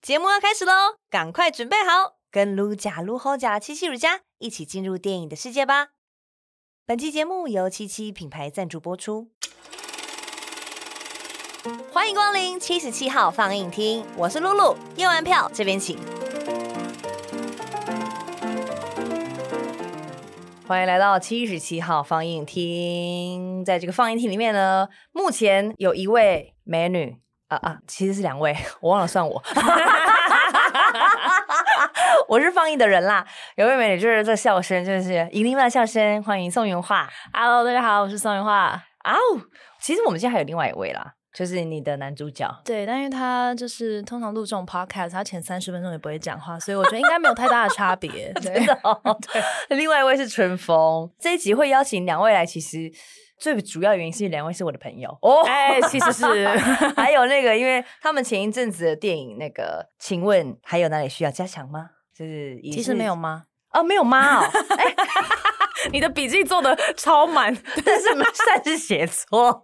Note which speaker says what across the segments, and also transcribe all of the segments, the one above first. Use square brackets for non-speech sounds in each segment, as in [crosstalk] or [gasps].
Speaker 1: 节目要开始喽，赶快准备好，跟卢甲、卢侯甲、七七乳加一起进入电影的世界吧！本期节目由七七品牌赞助播出。欢迎光临七十七号放映厅，我是露露，验完票这边请。欢迎来到七十七号放映厅，在这个放映厅里面呢，目前有一位美女啊啊，其实是两位，我忘了算我。我是放映的人啦，有位美女就是这笑声，就是一另外的笑声，欢迎宋云画。
Speaker 2: Hello，大家好，我是宋云画。
Speaker 1: 啊哦，其实我们现在还有另外一位啦，就是你的男主角。 [laughs]
Speaker 2: 对，但因为他就是通常录这种 podcast，他前三十分钟也不会讲话，所以我觉得应该没有太大的差别。 [laughs] 对，
Speaker 1: 哦另外一位是春风。这一集会邀请两位来，其实最主要原因是两位是我的朋友哦，
Speaker 2: 哎，其实是
Speaker 1: [laughs] 还有那个，因为他们前一阵子的电影那个，请问还有哪里需要加强吗？就是也
Speaker 2: [laughs] 其
Speaker 1: 是
Speaker 2: 实没有吗？
Speaker 1: 哦，没有吗？
Speaker 2: [laughs]
Speaker 1: 哦，哎，
Speaker 2: 你的笔记做的超 [laughs] 满，
Speaker 1: 但是算是写错。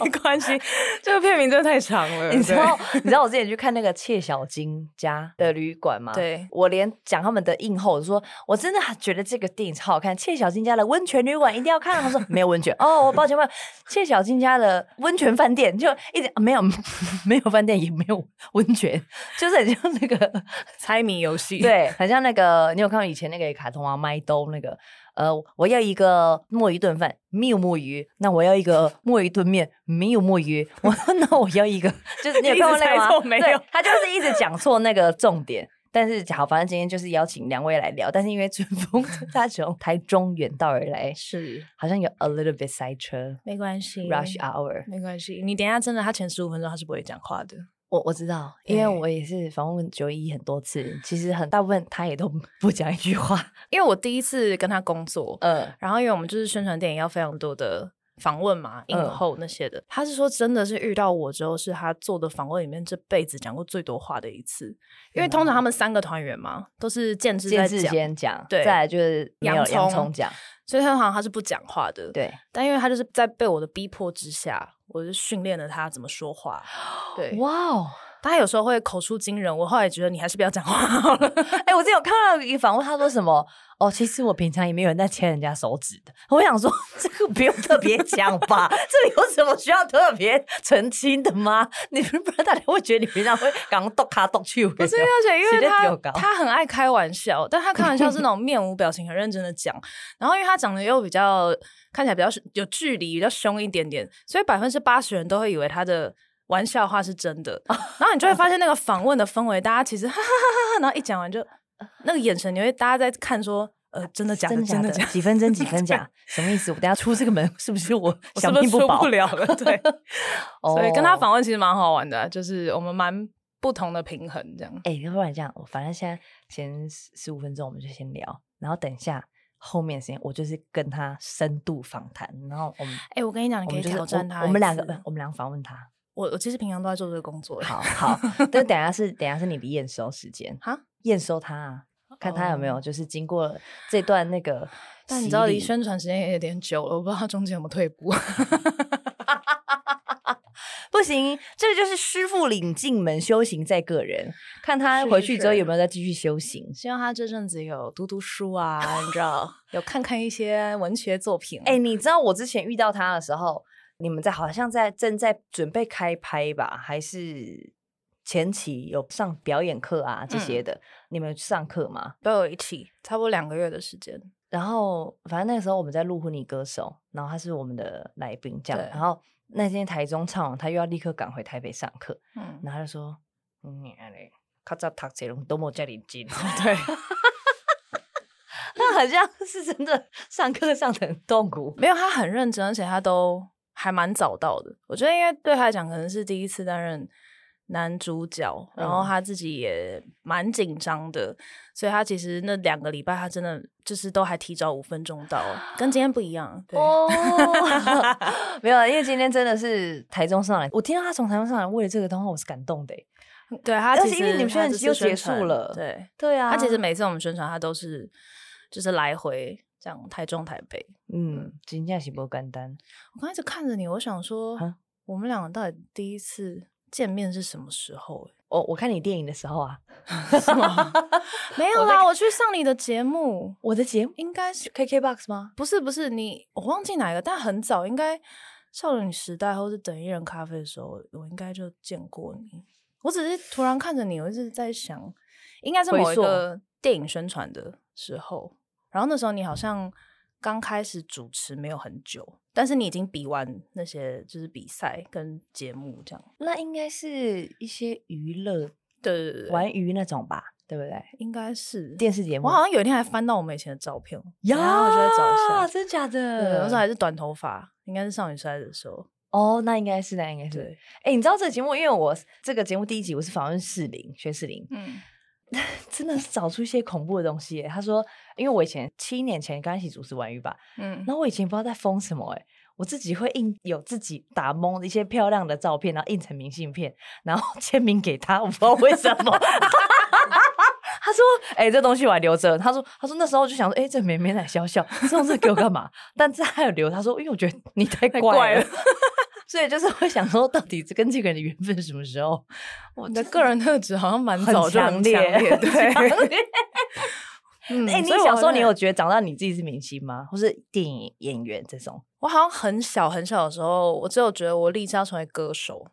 Speaker 2: 没关系，这个片名真的太长了
Speaker 1: 你知道，你知道我之前去看那个切小金家的旅馆吗？
Speaker 2: 对
Speaker 1: 我连讲他们的映后，我说我真的啊觉得这个电影超好看，切小金家的温泉旅馆一定要看。他说没有温泉，哦，我抱歉抱歉，切小金家的温泉饭店就一直、啊没有 [laughs] 没有饭店，也没有温泉，就是很像那个
Speaker 2: 猜谜游戏，，
Speaker 1: 对，很像那个你有看过以前那个卡通啊，麦兜那个。呃，我要一个墨鱼炖饭，没有墨鱼；那我要一 [laughs] 个墨鱼炖面，没有墨鱼。我 [laughs] 说那我要一个，就是你有
Speaker 2: 一直
Speaker 1: 看过那
Speaker 2: 猜
Speaker 1: 个吗
Speaker 2: 错？没
Speaker 1: 对
Speaker 2: 有，
Speaker 1: 他就是一直讲错那个重点。但是好，反正今天就是邀请两位来聊，但是因为春风 [laughs] 他从台中远道而来，
Speaker 2: 是
Speaker 1: 好像有 a little bit 塞车
Speaker 2: 没关系
Speaker 1: ，rush hour。
Speaker 2: 没关系。你等一下真的，他前十五分钟他是不会讲话的。
Speaker 1: 我我知道，因为
Speaker 2: 对
Speaker 1: 我也是访问九一很多次，其实很大部分他也都不讲一句 [laughs] 话。
Speaker 2: 因为我第一次跟他工作，
Speaker 1: 嗯，
Speaker 2: 然后因为我们就是宣传电影要非常多的访问嘛，
Speaker 1: 嗯
Speaker 2: 映后那些的。他是说真的是遇到我之后，是他做的访问里面这辈子讲过最多话的一次。因为通常他们三个团员嘛，都是建制
Speaker 1: 见
Speaker 2: 在
Speaker 1: 志
Speaker 2: 讲，
Speaker 1: 先讲，
Speaker 2: 对
Speaker 1: 再来就是没有
Speaker 2: 洋
Speaker 1: 洋
Speaker 2: 葱
Speaker 1: 葱讲，
Speaker 2: 所以他好像他是不讲话的。
Speaker 1: 对，
Speaker 2: 但因为他就是在被我的逼迫之下，我就训练了他怎么说话。对，
Speaker 1: 哇哦，
Speaker 2: 他有时候会口出惊人，我后来觉得你还是不要讲话好了。
Speaker 1: 哎，我之前有看到一个访问，他说什么？哦，其实我平常也没有人在牵人家手指的。我想说，这个不用特别讲吧，这个有什么需要特别澄清的吗？你们不然大家会觉得你平常会刚动卡动去，
Speaker 2: 不是，而且因
Speaker 1: 谁在
Speaker 2: 为
Speaker 1: 丢
Speaker 2: 他
Speaker 1: 稿
Speaker 2: 他很爱开玩笑，但他开玩笑是那种面无表情、很认真的讲。 [laughs] 然后因为他长得又比较看起来比较有距离、比较凶一点点，所以百分之八十人都会以为他的玩笑话是真 [laughs] 的。然后你就会发现那个访问的氛围，大家其实哈哈哈哈哈，然后一讲完就那个眼神，你会大家在看说，呃，真的假的？
Speaker 1: 真的假
Speaker 2: 真的
Speaker 1: 的
Speaker 2: 假？的？
Speaker 1: 几分真几
Speaker 2: [laughs]
Speaker 1: 分假？什么意思？我等下出这个门，是不是我
Speaker 2: 我
Speaker 1: 想
Speaker 2: 是不
Speaker 1: 命
Speaker 2: 是出
Speaker 1: 保
Speaker 2: 不？了 [laughs] 了？
Speaker 1: [laughs]
Speaker 2: 对，
Speaker 1: 哦
Speaker 2: 所以跟他访问其实蛮好玩的，啊就是我们蛮不同的平衡这样。
Speaker 1: 哎、要不然这样，我反正现在前十五分钟我们就先聊，然后等一下后面的时间我就是跟他深度访谈，然后我们
Speaker 2: 哎、我跟你讲，你
Speaker 1: 我
Speaker 2: 可
Speaker 1: 们
Speaker 2: 以
Speaker 1: 就是
Speaker 2: 挑战他
Speaker 1: 我，我们
Speaker 2: 一
Speaker 1: 两个
Speaker 2: 次
Speaker 1: 不我们两个访问他。
Speaker 2: 我我其实平常都在做这个工作。
Speaker 1: 好
Speaker 2: [laughs]
Speaker 1: 好，但等一下是等一下是你的验收时间，
Speaker 2: 哈，
Speaker 1: 验收他、啊，看他有没有
Speaker 2: 哦
Speaker 1: 就是经过这段那个洗礼。
Speaker 2: [sighs] 但你知道离宣传时间也有点久了，我不知道他中间有没有退步。 [laughs]
Speaker 1: 不行，这个就是师傅领进门，修行在个人。看他
Speaker 2: 是
Speaker 1: 回
Speaker 2: 是
Speaker 1: 去之后
Speaker 2: 是
Speaker 1: 有没有再继续修行。
Speaker 2: 希望他这阵子有读读书啊，你知道，有看看一些文学作品。
Speaker 1: 哎、你知道我之前遇到他的时候，你们在好像在正在准备开拍吧，还是前期有上表演课啊这
Speaker 2: 嗯
Speaker 1: 些的？你们有去上课吗？
Speaker 2: 陪我一起，差不多两个月的时间。
Speaker 1: 然后反正那个时候我们在录婚礼歌手，然后他是我们的来宾这样，
Speaker 2: 对
Speaker 1: 然后那天台中唱完，他又要立刻赶回台北上课，
Speaker 2: 嗯，
Speaker 1: 然后他就说：“你嘞，较早读册拢都无遮认真。”
Speaker 2: [laughs]
Speaker 1: [laughs]
Speaker 2: 对，
Speaker 1: 那好像是真的上课上的很痛苦。
Speaker 2: 没有，他很认真，而且他都还蛮早到的。我觉得，因为对他来讲，可能是第一次担任男主角，然后
Speaker 1: 嗯
Speaker 2: 他自己也蛮紧张的，所以他其实那两个礼拜，他真的就是都还提早五分钟到，跟今天不一样。对， [laughs]
Speaker 1: 哦，没有啊，因为今天真的是台中上来，我听到他从台中上来，为了这个通话，我是感动的欸。
Speaker 2: [laughs] 对他
Speaker 1: 而
Speaker 2: 其
Speaker 1: 且
Speaker 2: 实，
Speaker 1: 因为你们
Speaker 2: 他
Speaker 1: 宣传
Speaker 2: 这
Speaker 1: 期又
Speaker 2: 次宣
Speaker 1: 结束
Speaker 2: 传
Speaker 1: 了
Speaker 2: 对，
Speaker 1: 对啊
Speaker 2: 他其实每次我们宣传，他都是就是来回这样台中、台北。
Speaker 1: 嗯，真正是不简单。
Speaker 2: 我刚才一直看着你，我想说
Speaker 1: 啊，
Speaker 2: 我们两个到底第一次见面是什么时
Speaker 1: [gasps]
Speaker 2: 候、欸？
Speaker 1: 我我看你电影的时候啊，
Speaker 2: 没有啦，我去上你的节目，
Speaker 1: 我的节目
Speaker 2: 应该是
Speaker 1: KKBOX 吗？
Speaker 2: 不是不是你，我忘记哪一个，但很早，应该少女时代或是等一人咖啡的时候，我应该就见过你。我只是突然看着你，我一直在想，应该是某一个电影宣传的时候，然后那时候你好像刚开始主持没有很久，但是你已经比完那些就是比赛跟节目这样。
Speaker 1: 那应该是一些娱乐
Speaker 2: 对对对对，
Speaker 1: 玩娱那种吧，对不对？
Speaker 2: 应该是
Speaker 1: 电视节目
Speaker 2: 我好像有一天还翻到我们以前的照片，
Speaker 1: 呀，
Speaker 2: 然后我就在找一下。
Speaker 1: 真假
Speaker 2: 对，
Speaker 1: 的？
Speaker 2: 那时候还是短头发，应该是少女时代的时候。
Speaker 1: 哦，那应该是，那应该是。
Speaker 2: 对，
Speaker 1: 哎，你知道这个节目，因为我这个节目第一集我是访问士林，薛士林，
Speaker 2: 嗯，
Speaker 1: [laughs] 真的是找出一些恐怖的东西耶。他说，因为我以前七年前刚一起主持玩鱼吧，
Speaker 2: 嗯
Speaker 1: 然后我以前不知道在疯什么哎、我自己会印有自己打蒙的一些漂亮的照片，然后印成明信片，然后 [laughs] 签名给他，我不知道为什么。 [laughs] 他说：“哎、这东西我还留着。”他说：“他说那时候我就想说，哎、这妹妹奶笑笑，送这给我干嘛？”但是他有留，他说：“因为我觉得你太怪了。
Speaker 2: 怪了
Speaker 1: [laughs] 所以就是会想说，到底这跟这个人的缘分什么时候？
Speaker 2: 我的个人特质好像蛮
Speaker 1: 很
Speaker 2: 早就
Speaker 1: 强
Speaker 2: 很
Speaker 1: 烈，
Speaker 2: [laughs] 烈，对。啊
Speaker 1: 强烈
Speaker 2: 嗯
Speaker 1: 哎、你
Speaker 2: 所以我
Speaker 1: 小时候你
Speaker 2: 在
Speaker 1: 有觉得长大你自己是明星吗？或是电影演员这种？
Speaker 2: 我好像很小很小的时候，我只有觉得我立志要成为歌手。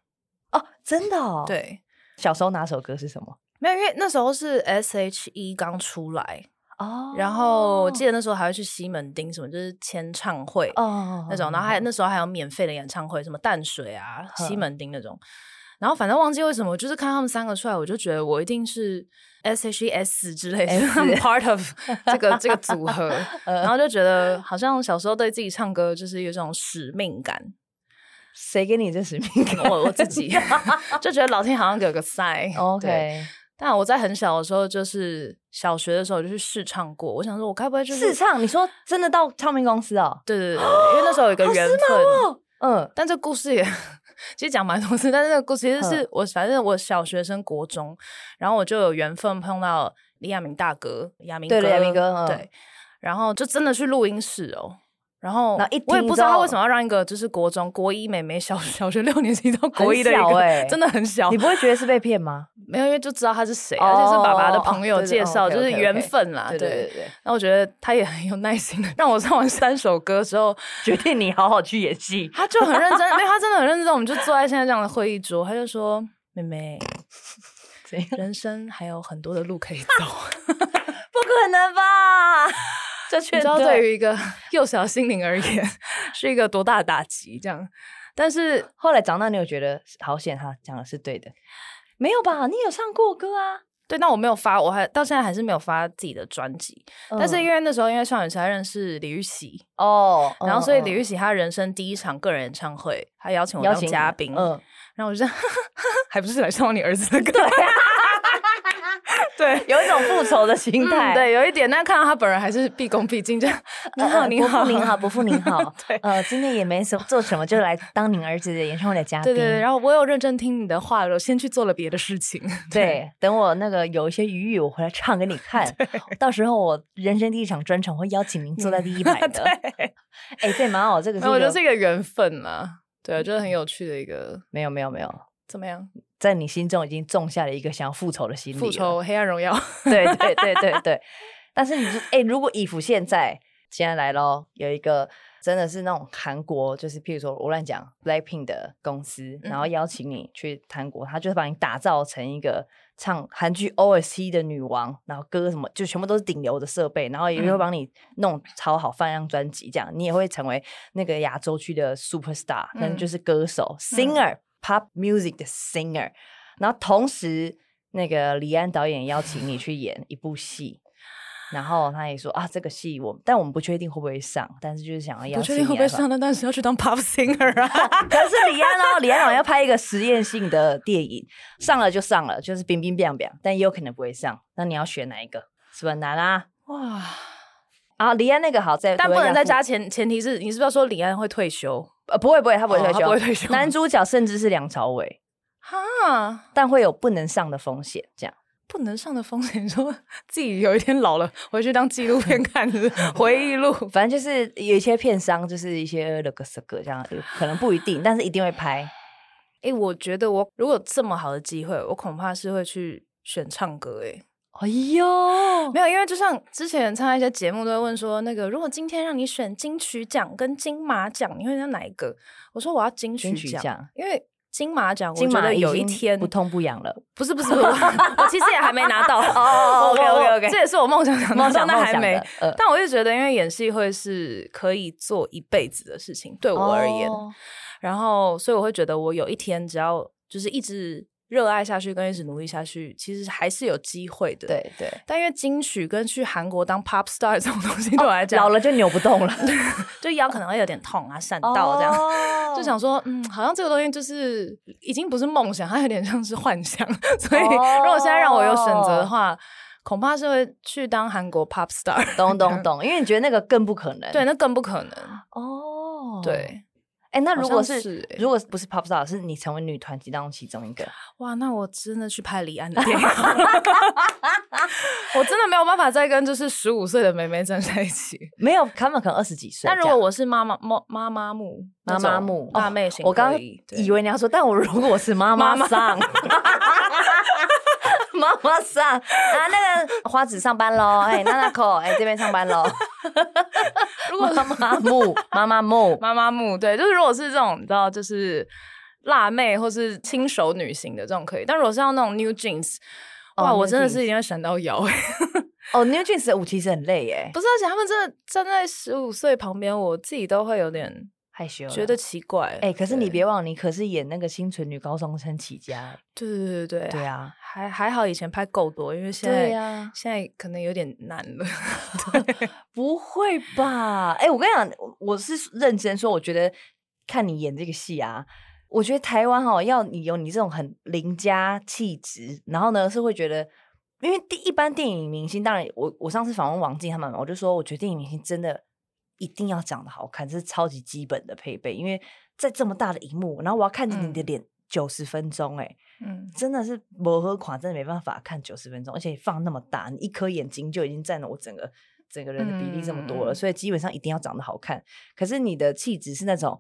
Speaker 1: 哦，真的哦。，
Speaker 2: 对，
Speaker 1: 小时候哪首歌是什么？
Speaker 2: 没有，因为那时候是 S H E 刚出来，
Speaker 1: 哦
Speaker 2: 然后我记得那时候还会去西门町什么，就是签唱会
Speaker 1: 哦
Speaker 2: 那种，然后还那时候还有免费的演唱会，什么淡水啊、
Speaker 1: 哼
Speaker 2: 西门町那种。然后反正忘记为什么，我就是看他们三个出来，我就觉得我一定是 S H E S 之类的 [laughs] part of 这个这个组
Speaker 1: [laughs]
Speaker 2: 合，
Speaker 1: 嗯
Speaker 2: 然后就觉得好像小时候对自己唱歌就是有一种使命感，
Speaker 1: 谁给你这使命感？ [laughs]
Speaker 2: 我我自己就觉得老天好像给我个 sign。对
Speaker 1: OK，
Speaker 2: 但我在很小的时候，就是小学的时候，我就去试唱过。我想说，我该不会就是
Speaker 1: 市场，你说真的到唱片公司哦？
Speaker 2: 对
Speaker 1: [gasps]
Speaker 2: 对对，因为那时候有一个缘分。
Speaker 1: 哦，嗯，
Speaker 2: 但这故事也其实讲蛮多次，但是那个故事其实是
Speaker 1: 嗯
Speaker 2: 我反正我小学升国中，然后我就有缘分碰到李亚明大哥，亚明
Speaker 1: 对
Speaker 2: 哥，
Speaker 1: 李亚明哥嗯
Speaker 2: 对，然后就真的去录音室哦。然后
Speaker 1: 然后一
Speaker 2: 我也
Speaker 1: 听
Speaker 2: 不知
Speaker 1: 之
Speaker 2: 道他
Speaker 1: 后
Speaker 2: 为什么要让一个就是国中国一妹妹小小学六年级到国
Speaker 1: 很
Speaker 2: 一的一个，
Speaker 1: 小欸
Speaker 2: 真的很小，
Speaker 1: 你不会觉得是被骗吗？
Speaker 2: 没有，因为就知道他是谁，啊
Speaker 1: 哦
Speaker 2: 而且是爸爸的朋友
Speaker 1: 哦对对
Speaker 2: 介绍，
Speaker 1: 哦
Speaker 2: 就是
Speaker 1: ，OK，OK，OK
Speaker 2: 缘分啦。
Speaker 1: 对对对对，
Speaker 2: 那我觉得他也很有耐心的， [laughs] 让我唱完三首歌之后，
Speaker 1: 决定你好好去演戏。
Speaker 2: 他就很认真，因为他真的很认真。我们就坐在现在这样的会议桌，他就说：“妹妹，
Speaker 1: 怎样？ [laughs]
Speaker 2: 人生还有很多的路可以走。
Speaker 1: 不可能吧？ [laughs] 这”
Speaker 2: 你
Speaker 1: 确
Speaker 2: 知道，对
Speaker 1: 对。
Speaker 2: 于一个幼小心灵而言，是一个多大的打击？这样，但是
Speaker 1: 后来长大，你有觉得好险他讲的是对的？没有吧？你有唱过歌啊？
Speaker 2: 对，那我没有发，我还到现在还是没有发自己的专辑。但是因
Speaker 1: 为
Speaker 2: 为那时候，因为少女时代认识李玉玺，
Speaker 1: 嗯哦，
Speaker 2: 然后所以李
Speaker 1: 玉
Speaker 2: 玉玺他人生第一场个人演唱会，他邀请我
Speaker 1: 邀
Speaker 2: 当
Speaker 1: 请你
Speaker 2: 嘉宾，
Speaker 1: 嗯，
Speaker 2: 然后我就这样， [laughs] 还不是来唱你儿子的歌， [laughs] 对。
Speaker 1: 有一种复仇的心态。
Speaker 2: 嗯，对，有一点，但看到他本人还是毕恭毕敬，这样。你 [laughs] 好，
Speaker 1: 呃
Speaker 2: 你
Speaker 1: 伯
Speaker 2: 好，
Speaker 1: 父您好，伯父您好
Speaker 2: [laughs] 对。
Speaker 1: 呃，今天也没什么做什么，就来当您儿子的演唱会的嘉宾。
Speaker 2: 对对对，然后我有认真听你的话，我先去做了别的事 [laughs] 情。
Speaker 1: 对等我那个有一些余裕，我回来唱给你
Speaker 2: [laughs]
Speaker 1: 看。到时候我人生第一场专场会邀请您坐在第一排的。哎，这蛮好，这个
Speaker 2: 嗯没
Speaker 1: 是
Speaker 2: 有，我
Speaker 1: 一
Speaker 2: 觉
Speaker 1: 个
Speaker 2: 得是一个缘分啦。对，啊就是很有趣的一个，
Speaker 1: 没有没有没有，
Speaker 2: 怎么样？
Speaker 1: 在你心中已经种下了一个想要复仇的心理。
Speaker 2: 复。仇、黑暗荣耀，
Speaker 1: [laughs] 对对对对对。但是你说，哎，如果以服现在现在来咯，有一个真的是那种韩国，就是譬如说我乱讲 Blackpink 的公司，然后
Speaker 2: 嗯
Speaker 1: 邀请你去韩国，他就是把你打造成一个唱韩剧 OST 的女王，然后歌什么就全部都是顶流的设备，然后也会
Speaker 2: 嗯
Speaker 1: 帮你弄超好放一张专辑，这样你也会成为那个亚洲区的 super star，可能
Speaker 2: 嗯
Speaker 1: 就是歌手、singer、pop music 的 singer，然后同时那个李安导演邀请你去演一部戏。然后他也说啊，这个戏我，但我们不确定会不会上，但是就是
Speaker 2: [laughs]
Speaker 1: 想要邀
Speaker 2: 我
Speaker 1: 请
Speaker 2: 确
Speaker 1: 你
Speaker 2: 定会不会
Speaker 1: 来吧
Speaker 2: 上，但但是要去当 pop singer [laughs] 啊。
Speaker 1: 可是李安哦，李安好像要拍一个实验性的电影，上了就上了，就是冰冰冰冰，但也有可能不会上。那你要选哪一个？是不是很难啊？
Speaker 2: 哇！
Speaker 1: 啊，李安那个好在，
Speaker 2: 但不能再
Speaker 1: 在
Speaker 2: 加前前提是，你是不是要说李安会退休？
Speaker 1: 呃，不会不会，他不会
Speaker 2: 哦
Speaker 1: 退
Speaker 2: 他
Speaker 1: 休，
Speaker 2: 不会退休
Speaker 1: 男主角甚至是梁朝伟，
Speaker 2: [laughs] 哈，
Speaker 1: 但会有不能上的风险，这样。
Speaker 2: 不能上的风险，你说自己有一天老了回去当纪录片 [laughs] 看，是不是回忆录。
Speaker 1: 反正呃就是有一些片商，就是一些那个这个这样，有可能不一定，但是一定会拍。
Speaker 2: 哎、我觉得我如果有这么好的机会，我恐怕是会去选唱歌、欸。
Speaker 1: 哎呦，
Speaker 2: 没有，因为就像之前参加一些节目都会问说，那个如果今天让你选金曲奖跟金马奖，你会选哪一个？我说我要金曲
Speaker 1: 金曲
Speaker 2: 奖，
Speaker 1: 奖
Speaker 2: 因为金马奖我
Speaker 1: 金
Speaker 2: 觉
Speaker 1: 马
Speaker 2: 得
Speaker 1: 已
Speaker 2: 有一
Speaker 1: 经
Speaker 2: 天
Speaker 1: 不痛不痒
Speaker 2: [laughs]
Speaker 1: 了，
Speaker 2: 不是
Speaker 1: [laughs]
Speaker 2: 不是，我我其实也还没拿到。
Speaker 1: 哦
Speaker 2: 我
Speaker 1: OK，OK，OK
Speaker 2: 我这也是我梦想想拿
Speaker 1: 梦
Speaker 2: 到，
Speaker 1: [laughs] 想
Speaker 2: 但
Speaker 1: 梦
Speaker 2: 还
Speaker 1: 想
Speaker 2: 没
Speaker 1: 的。，呃，
Speaker 2: 但我就觉得，因为演戏会是可以做一辈子的事情，对我而言。
Speaker 1: 哦
Speaker 2: 然后，所以我会觉得，我有一天只要就是一直热爱下去，跟一直努力下去，其实还是有机会的。。
Speaker 1: 对对，
Speaker 2: 但因为金曲跟去韩国当 pop star 这种东西，对我来讲，
Speaker 1: 哦老了就扭不动了，
Speaker 2: 就腰可能会有点痛啊、闪到这样。
Speaker 1: 样
Speaker 2: [laughs] 就想说，嗯，好像这个东西就是已经不是梦想，它有点像是幻想。所以，如果现在让我有选择
Speaker 1: 哦
Speaker 2: 的话，恐怕是会去当韩国 pop star。
Speaker 1: 懂懂懂，因为你觉得那个更不可能，
Speaker 2: 对，那更不可能。
Speaker 1: 哦，
Speaker 2: 对，
Speaker 1: 哎，那
Speaker 2: 好
Speaker 1: 如果
Speaker 2: 像
Speaker 1: 是
Speaker 2: 是欸
Speaker 1: 如果不是 pop star，是你成为女团体当中其中一个，
Speaker 2: 哇，那我真的去拍李安的电影，我真的没有办法再跟就是十五岁的妹妹站在一起。
Speaker 1: 没有，他们可能二十几岁这
Speaker 2: 但
Speaker 1: 样。
Speaker 2: 如果我是妈妈妈妈妈木
Speaker 1: 妈妈木
Speaker 2: 那种大妹型可以，
Speaker 1: 哦我刚刚
Speaker 2: 对
Speaker 1: 以为你要说，但我如果是妈妈
Speaker 2: [laughs]
Speaker 1: 桑，妈妈桑啊，那个花子上班喽，哎，娜娜口，哎，这边上班喽。
Speaker 2: 如果
Speaker 1: 妈妈木，妈妈木，
Speaker 2: 妈妈木，对，就是如果是这种，你知道，就是辣妹或是轻熟女型的这种可以，但如果是要那种 New Jeans，
Speaker 1: 哦
Speaker 2: 哇，
Speaker 1: ，New
Speaker 2: 我真的
Speaker 1: Jeans
Speaker 2: 是一定会闪到腰、欸。
Speaker 1: 哦，New Jeans 的舞其实很累耶，
Speaker 2: 不是，而且他们真的站在十五岁旁边，我自己都会有点
Speaker 1: 害羞了，
Speaker 2: 觉得奇怪。
Speaker 1: 啊哎，可是你
Speaker 2: 对
Speaker 1: 别忘，你可是演那个清纯女高中生起家，
Speaker 2: 对对对对
Speaker 1: 对啊，
Speaker 2: 还还好以前拍够多，因为现在
Speaker 1: 对呀，
Speaker 2: 现在可能有点难了。 [laughs]
Speaker 1: 不会吧？哎，我跟你讲，我我是认真说，我觉得看你演这个戏啊。我觉得台湾哦，要你有你这种很邻家气质，然后呢是会觉得，因为第一般电影明星，当然我我上次访问王静他们，我就说我觉得电影明星真的一定要长得好看，这是超级基本的配备，因为在这么大的荧幕，然后我要看着你的
Speaker 2: 嗯
Speaker 1: 脸九十分钟、哎、
Speaker 2: 嗯，
Speaker 1: 真的是磨合款，真的没办法看九十分钟，而且放那么大，你一颗眼睛就已经占了我整个整个人的比例这么多了，
Speaker 2: 嗯
Speaker 1: 所以基本上一定要长得好看。可是你的气质是那种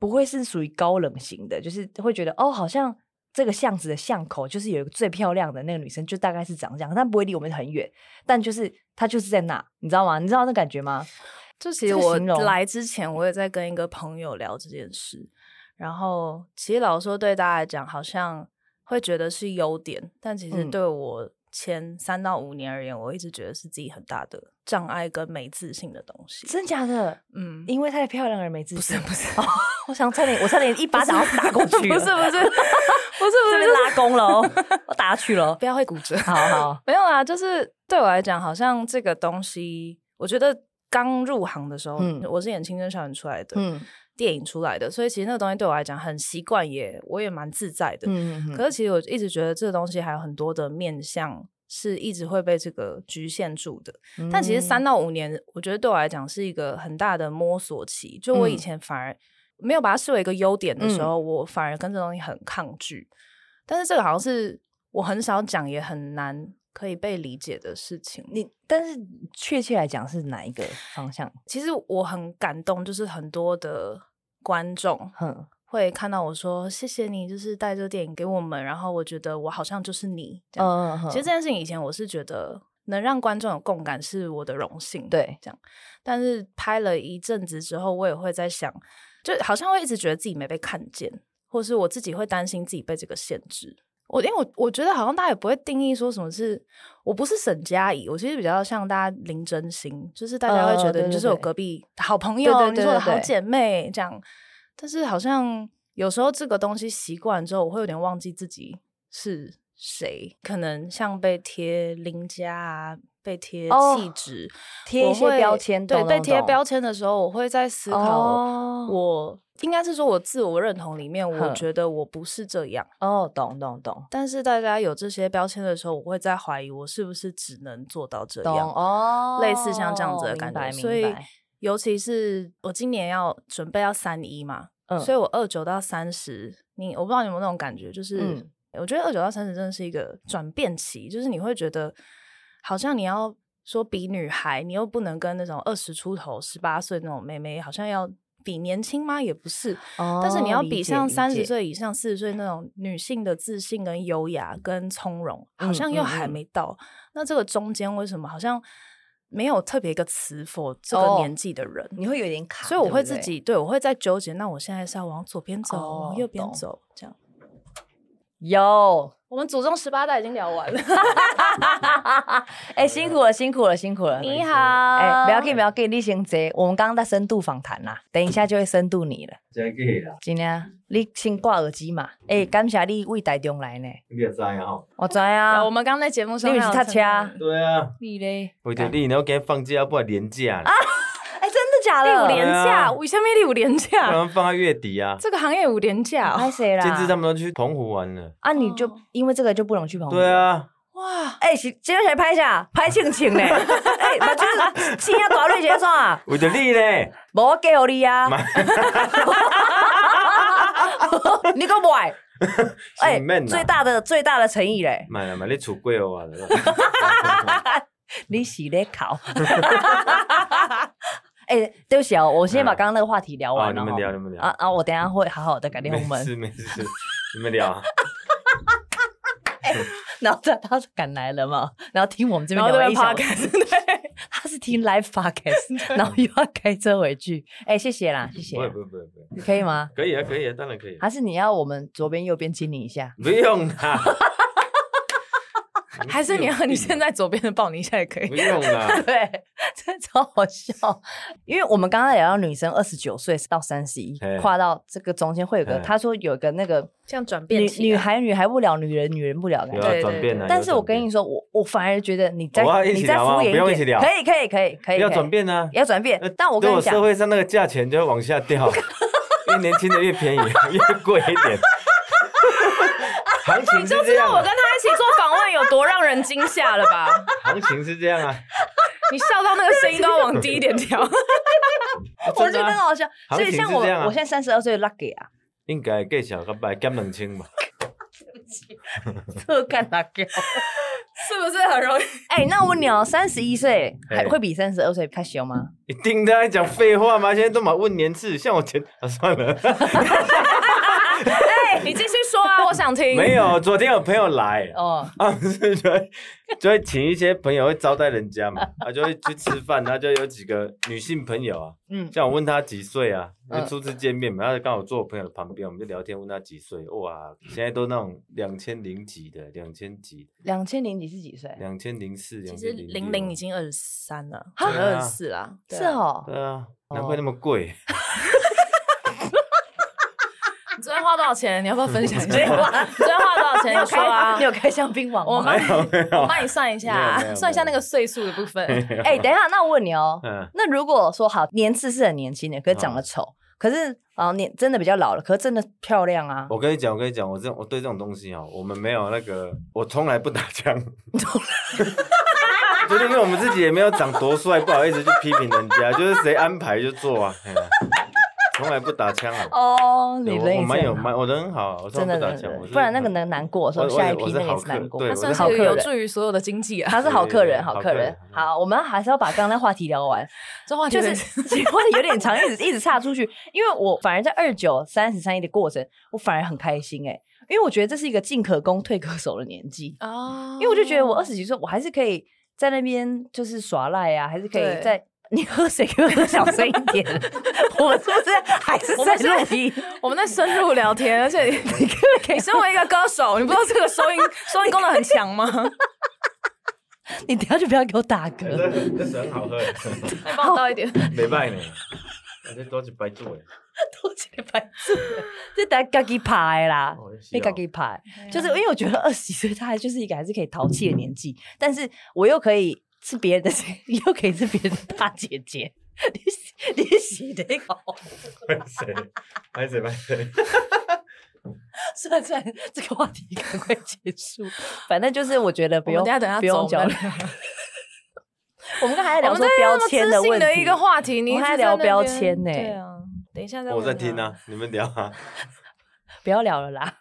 Speaker 1: 不会是属于高冷型的，就是会觉得哦，好像这个巷子的巷口就是有一个最漂亮的那个女生，就大概是长这样，但不会离我们很远，但就是她就是在那，你知道吗？你知道那感觉
Speaker 2: [laughs]
Speaker 1: 吗？
Speaker 2: 就其
Speaker 1: 这
Speaker 2: 实
Speaker 1: 个
Speaker 2: 我
Speaker 1: 形容
Speaker 2: 来之前，我也在跟一个朋友聊这件事，然后其实老实说对大家来讲，好像会觉得是优点，但其实
Speaker 1: 嗯
Speaker 2: 对我前三到五年而言，我一直觉得是自己很大的障碍跟没自信的东西。
Speaker 1: 真假的？
Speaker 2: 嗯， [laughs]
Speaker 1: 因为太漂亮而没自信？
Speaker 2: 不是不是，
Speaker 1: 我想差 [laughs] 点，我差点一巴掌要打过去了，
Speaker 2: 不是不是不是不
Speaker 1: 这
Speaker 2: 是，
Speaker 1: 边拉弓了哦， [laughs] 我打下去了哦。
Speaker 2: 不要会骨折。
Speaker 1: 好 [laughs] 好，
Speaker 2: 没有啦，就是对我来讲，好像这个东西，我觉得刚入行的时候，
Speaker 1: 嗯
Speaker 2: 我是演青春校园出来的，
Speaker 1: 嗯
Speaker 2: 电影出来的，所以其实那个东西对我来讲很习惯，也我也蛮自在的。
Speaker 1: 嗯，
Speaker 2: 可是其实我一直觉得这个东西还有很多的面向是一直会被这个局限住的。
Speaker 1: 嗯
Speaker 2: 但其实三，到五年，我觉得对我来讲是一个很大的摸索期。就我以
Speaker 1: 嗯
Speaker 2: 前反而没有把它视为一个优点的时候，我反而跟这东西很抗拒。但是这个好像是我很少讲，也很难可以被理解的事情。
Speaker 1: 你但是确切来讲是哪一个方向？
Speaker 2: 其实我很感动，就是很多的观众
Speaker 1: 哼，
Speaker 2: 会看到我说谢谢你，就是带这个电影给我们，然后我觉得我好像就是你这样。
Speaker 1: 嗯，哼
Speaker 2: 其实这件事情以前我是觉得能让观众有共感是我的荣幸，。
Speaker 1: 对，
Speaker 2: 但是拍了一阵子之后，我也会在想，就好像会一直觉得自己没被看见，或是我自己会担心自己被这个限制。我因为我我觉得好像大家也不会定义说什么是我不是沈佳宜，我其实比较像大家林真心，就是大家会觉
Speaker 1: 呃对
Speaker 2: 得你就是
Speaker 1: 对
Speaker 2: 我
Speaker 1: 对
Speaker 2: 隔壁好朋友，
Speaker 1: 对对对
Speaker 2: 你是我的
Speaker 1: 对对
Speaker 2: 好姐妹这样。但是好像有时候这个东西习惯之后，我会有点忘记自己是谁，可能像被贴邻家啊，被贴
Speaker 1: 哦
Speaker 2: 气质，
Speaker 1: 贴一
Speaker 2: 我
Speaker 1: 些
Speaker 2: 会
Speaker 1: 标签，
Speaker 2: 对，
Speaker 1: 懂
Speaker 2: 被
Speaker 1: 懂
Speaker 2: 贴
Speaker 1: 懂
Speaker 2: 标签的时候，我会在思考，
Speaker 1: 哦，
Speaker 2: 我应该是说我自我认同里面，我
Speaker 1: 哼
Speaker 2: 觉得我不是这样。
Speaker 1: 哦，懂懂懂
Speaker 2: 但是大家有这些标签的时候，我会在怀疑我是不是只能做到这
Speaker 1: 懂
Speaker 2: 样，
Speaker 1: 哦，
Speaker 2: 类似像这样子的
Speaker 1: 明
Speaker 2: 感
Speaker 1: 白
Speaker 2: 觉。
Speaker 1: 明
Speaker 2: 所以
Speaker 1: 白，
Speaker 2: 尤其是我今年要准备要三一嘛，
Speaker 1: 嗯
Speaker 2: 所以我二九到三十，你我不知道你有没有那种感觉，就是、
Speaker 1: 嗯
Speaker 2: 我觉得二九到三十真的是一个转变期，就是你会觉得好像你要说比女孩，你又不能跟那种二十出头、十八岁那种妹妹，好像要比年轻吗？也不是，
Speaker 1: 哦
Speaker 2: 但是你要比像三十，
Speaker 1: 理解
Speaker 2: 岁以上、四十岁那种女性的自信、跟优雅、跟从容，好
Speaker 1: 嗯
Speaker 2: 像
Speaker 1: 嗯
Speaker 2: 又还
Speaker 1: 嗯
Speaker 2: 没到。那这个中间为什么好像没有特别一个词 for 这个
Speaker 1: 哦
Speaker 2: 年纪的人？
Speaker 1: 理解你会有点卡，
Speaker 2: 所以我
Speaker 1: 对不
Speaker 2: 会自
Speaker 1: 对
Speaker 2: 己对我会在纠结，那我现在是要往左边走，往
Speaker 1: 哦
Speaker 2: 右边
Speaker 1: 懂
Speaker 2: 走，这样。
Speaker 1: 有，
Speaker 2: 我们祖宗十八代已经聊完了。
Speaker 1: 哎， [laughs] 辛苦了，辛苦了，辛苦了。
Speaker 2: [laughs] 你好，
Speaker 1: 哎，不要给，不要给，你先坐。我们刚刚在深度访谈啦，等一下就会深度你了。
Speaker 3: 真假啦，
Speaker 1: 真的，你先挂耳机嘛。哎，感谢你为台中来呢，
Speaker 3: 你也知影吼？
Speaker 1: 我知啊。
Speaker 2: 我们刚刚在节目上
Speaker 1: 你
Speaker 2: 还
Speaker 1: 们
Speaker 2: 有
Speaker 1: 是
Speaker 2: 称赞，
Speaker 1: 踏车啊
Speaker 3: 对啊，
Speaker 2: 你嘞？
Speaker 3: 为着你，然后今放假，不然连假啊，
Speaker 1: 哎，真的假
Speaker 2: 第
Speaker 1: 的？
Speaker 2: 五连
Speaker 1: [laughs]
Speaker 2: 假，
Speaker 3: 对啊
Speaker 2: 五千米第五连
Speaker 3: 不
Speaker 1: 嗯
Speaker 2: 假，
Speaker 3: 然放到月底啊。
Speaker 2: 这个行业五连
Speaker 3: 哎
Speaker 2: 假哦，
Speaker 1: 拍谁啦？
Speaker 3: 甚至他们都去澎湖玩了。
Speaker 1: 啊，你就
Speaker 2: 哦
Speaker 1: 因为这个就不能去澎湖。
Speaker 3: 对。啊，
Speaker 2: 哇！
Speaker 1: 哎、是今天谁拍下？拍庆庆
Speaker 3: [laughs]
Speaker 1: 呢？哎、目睭青啊大蕊结算啊， [laughs]
Speaker 3: 为着
Speaker 2: [laughs]
Speaker 3: 你嘞，
Speaker 1: 无我嫁互你
Speaker 3: [laughs]
Speaker 1: 啊！ [laughs] 你讲不爱？哎、
Speaker 3: [laughs] 是免啦
Speaker 1: 最大的最大的诚意嘞！
Speaker 3: 买了买你出轨我了。
Speaker 2: [laughs]
Speaker 1: 你是咧
Speaker 3: [laughs]
Speaker 1: 考？哎、对不起哦，我先把刚刚那个话题聊
Speaker 3: 哦，
Speaker 1: 完
Speaker 3: 你
Speaker 1: 了、哦
Speaker 3: 们聊，你们聊
Speaker 1: 啊，啊！我等一下会好好的改
Speaker 3: 没
Speaker 1: 天我们
Speaker 3: 事没事，你们
Speaker 2: [laughs]
Speaker 3: 聊。
Speaker 1: [laughs]
Speaker 3: 啊
Speaker 1: 然后他他赶来了嘛，然后听我们这
Speaker 2: 然
Speaker 1: 边
Speaker 2: 后
Speaker 1: 聊
Speaker 2: 这
Speaker 1: 了
Speaker 2: 边
Speaker 1: 一小
Speaker 2: podcast，对，
Speaker 1: 他是
Speaker 3: 嗯
Speaker 1: 听 live
Speaker 3: [laughs]
Speaker 1: podcast，然后又要开车回去。哎、谢谢啦，谢谢
Speaker 2: 啊
Speaker 3: 不
Speaker 1: 啦
Speaker 3: 会，不会不会不会，
Speaker 1: 可以吗？
Speaker 3: 可以啊可以啊，当然可以啊。
Speaker 1: 还是你要我们左边右边亲你一
Speaker 3: [laughs]
Speaker 1: 下？
Speaker 3: 不用啦，
Speaker 2: [laughs]
Speaker 1: 嗯
Speaker 2: 还是你要你现在左边的抱你一下也可以
Speaker 3: 不。用啦。
Speaker 1: 对，这超好笑，因为我们刚刚聊到女生二十九岁到三十一
Speaker 3: 嘿，
Speaker 1: 跨到这个中间会有个，
Speaker 3: 嘿
Speaker 1: 他说有个那个
Speaker 2: 这样转变
Speaker 1: 女
Speaker 2: 期
Speaker 1: 女
Speaker 2: 啊
Speaker 1: 孩女孩不了，女人女人不了的
Speaker 3: 有
Speaker 1: 感
Speaker 3: 啊
Speaker 1: 觉。
Speaker 2: [laughs] 对
Speaker 3: 转变啊，
Speaker 1: 但是我
Speaker 3: 有转变
Speaker 1: 跟你说，我我反而觉得你再
Speaker 3: 我要一起
Speaker 1: 你再
Speaker 3: 聊吗
Speaker 1: 敷
Speaker 3: 我不
Speaker 1: 衍
Speaker 3: 用
Speaker 1: 一
Speaker 3: 一起
Speaker 1: 点，
Speaker 3: 聊
Speaker 1: 可以可以可以可以，
Speaker 3: 要
Speaker 1: 可以
Speaker 3: 转，变啊，
Speaker 1: 也要转变
Speaker 3: 呃。
Speaker 1: 但我
Speaker 3: 对
Speaker 1: 跟
Speaker 3: 我
Speaker 1: 你讲
Speaker 3: 社，会上那个价钱就会往
Speaker 1: [laughs]
Speaker 3: 下掉，越年轻的越便宜， [laughs] 越贵一点。行情是这样
Speaker 2: 我
Speaker 3: 啊
Speaker 2: 跟，他一起做访问有多让人惊吓了
Speaker 1: [laughs]
Speaker 2: 吧？
Speaker 3: 行情是这样啊，
Speaker 2: 你笑到那个声音都要往低一
Speaker 1: [laughs]
Speaker 2: 点调。
Speaker 1: 我
Speaker 3: 真
Speaker 1: 觉
Speaker 3: 的
Speaker 1: 得
Speaker 3: 啊
Speaker 1: 很好笑。所以
Speaker 3: 行情
Speaker 1: 像
Speaker 3: 是
Speaker 1: 我，
Speaker 3: 这样啊
Speaker 1: 我现在三十二岁，lucky 啊， [laughs]
Speaker 3: 应该计小个百减两千吧。
Speaker 1: 特干 lucky。
Speaker 2: 是不是很容易？
Speaker 1: 哎，那我问你哦，三十一岁
Speaker 3: 嘿
Speaker 1: 还会比三十二岁开始有吗？
Speaker 3: 一定的啊，你讲废话吗？现在都嘛问年次，像我前啊算了，
Speaker 2: [laughs] 哎，你继续说啊，我想听。
Speaker 3: 没有。昨天有朋友来，
Speaker 1: 哦，
Speaker 3: [laughs] 啊，不是就会就会请一些朋友会招待人家嘛，啊，就会去吃饭，然后就有几个女性朋友啊，
Speaker 1: 嗯，
Speaker 3: 像我问她几岁啊，因为
Speaker 1: 嗯
Speaker 3: 初次见面嘛，她就刚好坐我朋友的旁边，我们就聊天，问她几岁，哇，现在都那种两千零几的，两千几，
Speaker 1: 两千零几是几岁？
Speaker 3: 两千零四，
Speaker 2: 其实
Speaker 3: 零
Speaker 2: 玲玲已，经二十三了，
Speaker 3: 哈
Speaker 2: 二十四啦，对啊
Speaker 1: 是。哦，
Speaker 3: 对啊，难怪那么贵，
Speaker 2: 你昨天花多少钱？你要不要分享一下？
Speaker 1: 对哇
Speaker 2: 你昨天花多少钱？
Speaker 1: 你
Speaker 2: 你
Speaker 1: 有
Speaker 2: 说啊
Speaker 1: 啊 [laughs] 开你。有开香槟网
Speaker 2: 我
Speaker 1: 吗？
Speaker 2: 帮
Speaker 3: [laughs] 没
Speaker 2: 你，
Speaker 3: 有没
Speaker 2: 我
Speaker 3: 有，
Speaker 2: 帮你算一
Speaker 3: 没有
Speaker 2: 下
Speaker 3: 没，有
Speaker 2: 算一下那个岁数的部分。
Speaker 1: [laughs] 哎，等一下，那我问你哦，
Speaker 3: 嗯，
Speaker 1: 那如果说好年次是很年轻的，可是长得丑，可是啊年真的比较老了，可是真的漂亮啊。
Speaker 3: 我跟你讲，我跟你讲，我这我对这种东西哦，我们没有那个，我从来不打枪， [laughs] 就是因为我们自己也没有长多帅，不好意思去批评人家，就是谁安排就做啊，哎呀从来不打枪啊。
Speaker 1: 哦，
Speaker 3: 对
Speaker 1: 你
Speaker 3: 我
Speaker 1: 人
Speaker 3: 我
Speaker 1: 也
Speaker 3: 蛮
Speaker 1: 是
Speaker 3: 有
Speaker 1: 很好
Speaker 3: 蛮我人很好啊，我从
Speaker 1: 真
Speaker 3: 来
Speaker 1: 的
Speaker 3: 不打
Speaker 1: 人
Speaker 3: 枪，我
Speaker 1: 人，
Speaker 3: 是
Speaker 1: 不然那个能难过的时候，
Speaker 3: 我
Speaker 1: 下一
Speaker 3: 我
Speaker 1: 批
Speaker 3: 是
Speaker 1: 那个也
Speaker 3: 好
Speaker 1: 是
Speaker 3: 客
Speaker 1: 难过，
Speaker 3: 对
Speaker 2: 他
Speaker 3: 我
Speaker 2: 算
Speaker 3: 是
Speaker 2: 是
Speaker 1: 好
Speaker 2: 一
Speaker 1: 客
Speaker 2: 个有
Speaker 1: 人。
Speaker 2: 助于所有的经济啊。
Speaker 1: 他是好客人，
Speaker 3: 对
Speaker 1: 好客人
Speaker 3: 好客。人
Speaker 1: 好，我们还是要把刚刚那话题聊完，
Speaker 2: 这话题
Speaker 1: 啊就
Speaker 2: 有
Speaker 1: 是
Speaker 2: 点
Speaker 1: [laughs] 结婚有点长，一直一直岔出去。因为我反而在二九、三十、三一的过程，我反而很开心哎、因为我觉得这是一个进可攻、退可守的年纪。
Speaker 2: 啊，
Speaker 1: 因为我就觉得我二十几岁，我还是可以在那边就是耍赖啊，还是可
Speaker 2: 对
Speaker 1: 以在。你喝水给我喝小声一
Speaker 2: [laughs]
Speaker 1: 点，我们是不是还是
Speaker 2: 我
Speaker 1: 在
Speaker 2: 们现在
Speaker 1: 录音？
Speaker 2: 我们在深入聊天，而且你 [laughs] 你身为一个歌手，你不知道这个收音收音功能很
Speaker 1: [laughs]
Speaker 2: 强吗？
Speaker 1: 你等一下就不要给我打
Speaker 3: [laughs]
Speaker 1: [laughs]
Speaker 3: 这
Speaker 1: 嗝。
Speaker 3: 这水很好喝，欸
Speaker 2: 再帮我倒一点。
Speaker 3: 没拜呢，我这多几白做欸诶，
Speaker 1: 多起来白痴，这大家己拍的啦
Speaker 3: 哦是哦，
Speaker 1: 啊你家己拍，
Speaker 2: 啊
Speaker 1: 就是因为我觉得二十几岁，他还就是一个还是可以淘气的年纪，但是我又可以是别人的， [laughs] 又可以是别人的大姐姐。你你洗的搞，
Speaker 3: 白谁？白谁？白谁？
Speaker 1: [laughs] 算了算了，这个话题赶快结束。反正就是我觉得不
Speaker 2: 我们
Speaker 1: 用，
Speaker 2: 等一下等一下
Speaker 1: 不用
Speaker 2: 走
Speaker 1: 讲
Speaker 2: 我
Speaker 1: 了
Speaker 2: 们。
Speaker 1: [laughs] 我们刚才还在
Speaker 2: 我
Speaker 1: 聊
Speaker 2: 们
Speaker 1: 说
Speaker 2: 在
Speaker 1: 标
Speaker 2: 那么
Speaker 1: 签的
Speaker 2: 知性
Speaker 1: 问
Speaker 2: 的
Speaker 1: 题，
Speaker 2: 一个话题，你
Speaker 1: 我
Speaker 2: 一
Speaker 1: 们还
Speaker 2: 直
Speaker 1: 在聊
Speaker 2: 那
Speaker 1: 标
Speaker 2: 边
Speaker 1: 签呢
Speaker 2: 对啊，等一下再
Speaker 3: 我在
Speaker 2: 问
Speaker 3: 听
Speaker 2: 他
Speaker 3: 啊，你们聊啊，
Speaker 1: 不要聊了啦，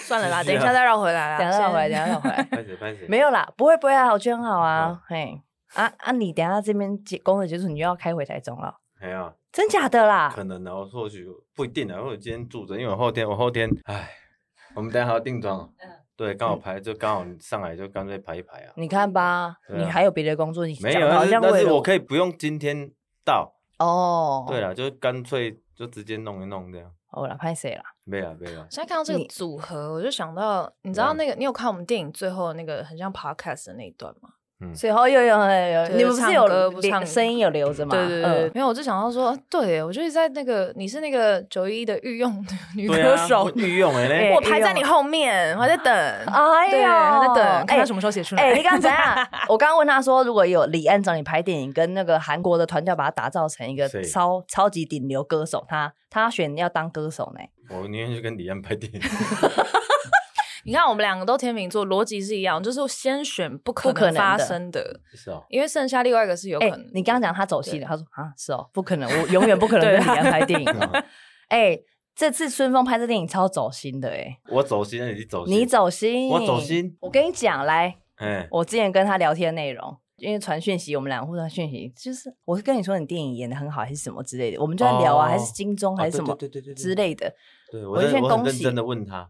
Speaker 2: 算了啦，
Speaker 3: 是
Speaker 2: 等
Speaker 3: 啊
Speaker 2: 一下再绕回来啦。
Speaker 1: 等一下再回来，
Speaker 2: 先
Speaker 1: 等一下再回来。 [laughs]
Speaker 3: 白谁？白谁？
Speaker 1: 没有啦，不会不会啊，我觉得很好啊，嘿，啊啊，你等一下这边结工作结束，你又要开回台中了，
Speaker 3: 没有，
Speaker 1: 真假的啦？
Speaker 3: 可能后或许不一定啊。因为我今天住着，因为我后天我后天，唉，我们等一下还要定妆哦。
Speaker 1: 嗯
Speaker 3: 对，刚好排就刚好上来就干脆排一排啊。
Speaker 1: 你看吧，
Speaker 3: 对啊
Speaker 1: 你还有别的工作，你嗯
Speaker 3: 没
Speaker 1: 讲
Speaker 3: 有，
Speaker 1: 得好
Speaker 3: 但是
Speaker 1: 像
Speaker 3: 但
Speaker 1: 为
Speaker 3: 是
Speaker 1: 了
Speaker 3: 我可以不用今天到。
Speaker 1: 哦，
Speaker 3: 对
Speaker 1: 了，
Speaker 3: 了，就干脆就直接弄一弄这样。
Speaker 1: 好了，拍谁啦？
Speaker 3: 没了没啊了，
Speaker 2: 现在看到这个
Speaker 1: 你
Speaker 2: 组合，我就想到，你知
Speaker 3: 嗯
Speaker 2: 道那个，你有看我们电影最后那个很像 podcast 的那一段吗？
Speaker 1: 最后又哦有有
Speaker 2: 对
Speaker 1: 你们不
Speaker 2: 唱
Speaker 1: 是有
Speaker 2: 歌不
Speaker 1: 留
Speaker 2: 唱
Speaker 1: 声音有留着吗？嗯
Speaker 2: 对对对，没有，我就想到说，对耶，我就是在那个你是那个九一的御用女
Speaker 3: 对
Speaker 2: 歌
Speaker 3: 啊，
Speaker 2: 手
Speaker 3: 我，御用哎嘞
Speaker 1: 哎， [laughs]
Speaker 2: 我排在你后面，我还在等，
Speaker 1: 嗯，哎
Speaker 2: 对，还在等，看他什
Speaker 1: 么。
Speaker 2: 么时候写出来。
Speaker 1: 哎，你刚刚怎
Speaker 2: [laughs]
Speaker 1: 样？我刚刚问他说，如果有李安找你拍电影，跟那个韩国的团调把他打造成一个
Speaker 3: 是
Speaker 1: 超超级顶流歌手，他他选要当歌手呢？
Speaker 3: 我宁愿去跟李安拍电影。
Speaker 2: 你看我们两个都天秤座，逻辑是一样，就是先选不可
Speaker 1: 不可
Speaker 2: 能
Speaker 1: 能的
Speaker 2: 发生的，
Speaker 3: 是哦，
Speaker 2: 因为剩下另外一个是有可
Speaker 1: 哎
Speaker 2: 能的。，
Speaker 1: 你刚刚讲他走心了，他说啊，是哦，不可能，我永远不可
Speaker 2: [laughs]
Speaker 1: 能
Speaker 2: 对
Speaker 1: 跟
Speaker 2: 啊
Speaker 1: 李安拍电
Speaker 3: [laughs]
Speaker 1: 影。
Speaker 3: 嗯
Speaker 1: 哎，这次春风拍这电影超走心的，哎，
Speaker 3: 我走心，你走心，
Speaker 1: 你，走心，
Speaker 3: 我走心。
Speaker 1: 我跟你讲，来，
Speaker 3: 哎，
Speaker 1: 我之前跟他聊天的内容，因为传讯息，我们俩互传讯息，就是我是跟你说你电影演的很好，还是什么之类的，我们就在聊啊，
Speaker 3: 哦
Speaker 1: 还是金钟还是什么
Speaker 3: 啊对对对对对对
Speaker 1: 之类的，
Speaker 3: 对
Speaker 1: 我
Speaker 3: 我
Speaker 1: 就
Speaker 3: 认
Speaker 1: 先
Speaker 3: 我很
Speaker 1: 恭
Speaker 3: 认
Speaker 1: 喜
Speaker 3: 真的问他，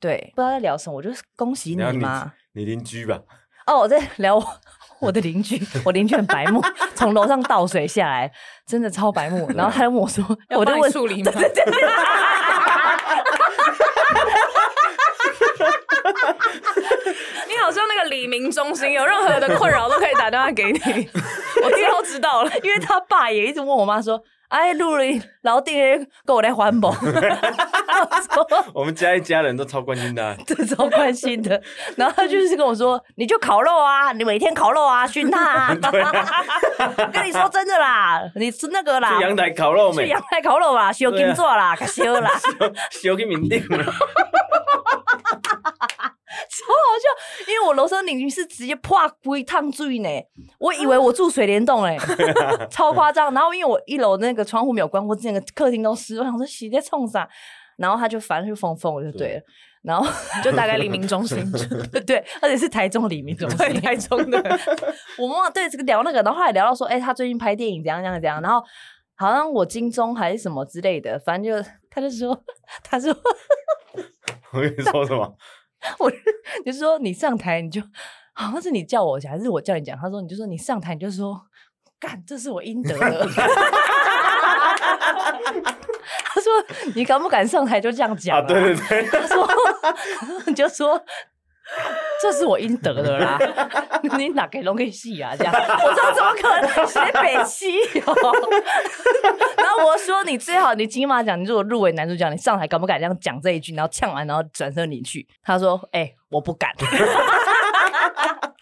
Speaker 1: 对，不知道在聊什么，我就是恭喜你
Speaker 3: 聊你
Speaker 1: 嘛。
Speaker 3: 你邻居吧？ [laughs]
Speaker 1: 哦，我在 [laughs] 聊我我的邻居，我邻居很白目， [laughs] 从楼上倒水下来，真的超白目。然后他就问我说，
Speaker 2: 要
Speaker 1: 我就
Speaker 2: 帮你
Speaker 1: 问 [laughs]
Speaker 2: 处理吗？
Speaker 3: [laughs]
Speaker 2: 你好像那个李明中心，有任何的困扰都可以打电话 [laughs] 给你，我之后知道了。
Speaker 3: [laughs]
Speaker 1: 因为他爸也一直问我妈说，哎，露了老弟给我来环
Speaker 3: [laughs]
Speaker 1: 保，我说
Speaker 3: 我们家一家人都超关心他，
Speaker 1: [laughs] 这超关心的。 [laughs] 然后他就是跟我说：“你就烤肉啊，你每天烤肉啊，熏他
Speaker 3: [laughs]
Speaker 1: 啊。我 [laughs] 跟你说真的啦，你吃那个啦
Speaker 3: 去，阳台烤肉
Speaker 1: 去
Speaker 3: 没？
Speaker 1: 阳台烤肉啦，烧
Speaker 3: 对啊
Speaker 1: 金座啦，可 [laughs] 烧啦， [laughs]
Speaker 3: 修给民定了，
Speaker 1: 因为我楼上邻居是直接破龟烫醉呢，
Speaker 2: 嗯
Speaker 1: 我以为我住水帘洞
Speaker 2: [laughs]
Speaker 1: 哎、超夸张。然后因为我一楼那个窗户没有关，我整个客厅都湿，我想说洗在冲啥。然后他就反正就疯疯我就对了，然后
Speaker 2: [laughs] 就打给李明中心，
Speaker 1: [laughs] 对，而且是台中李明中心，
Speaker 2: 对台中的。
Speaker 1: [laughs] 我们忘了对这个聊那个，然后后来聊到说，哎、他最近拍电影怎样怎样怎样，然后好像我金钟还是什么之类的，反正就他就说， [laughs] 他说，
Speaker 3: [laughs] 我跟你说什么？
Speaker 1: 你就说你上台你就好像是你叫我讲，还是我叫你讲，他说你就说你上台你就说，干，这是我应得的。 [laughs] 他说：“你敢不敢上台就这样讲、
Speaker 3: 啊，对对对，
Speaker 1: [laughs] 他说，你就说。这是我应得的啦， [laughs] 你哪给龙给戏啊？这样，我说怎么可能写北七哦？ [laughs] 然后我说你最好你金马奖，你如果入围男主角，你上台敢不敢这样讲这一句？然后呛完，然后转身离去。他说：“哎、我不
Speaker 2: [laughs]
Speaker 1: 敢。 [laughs]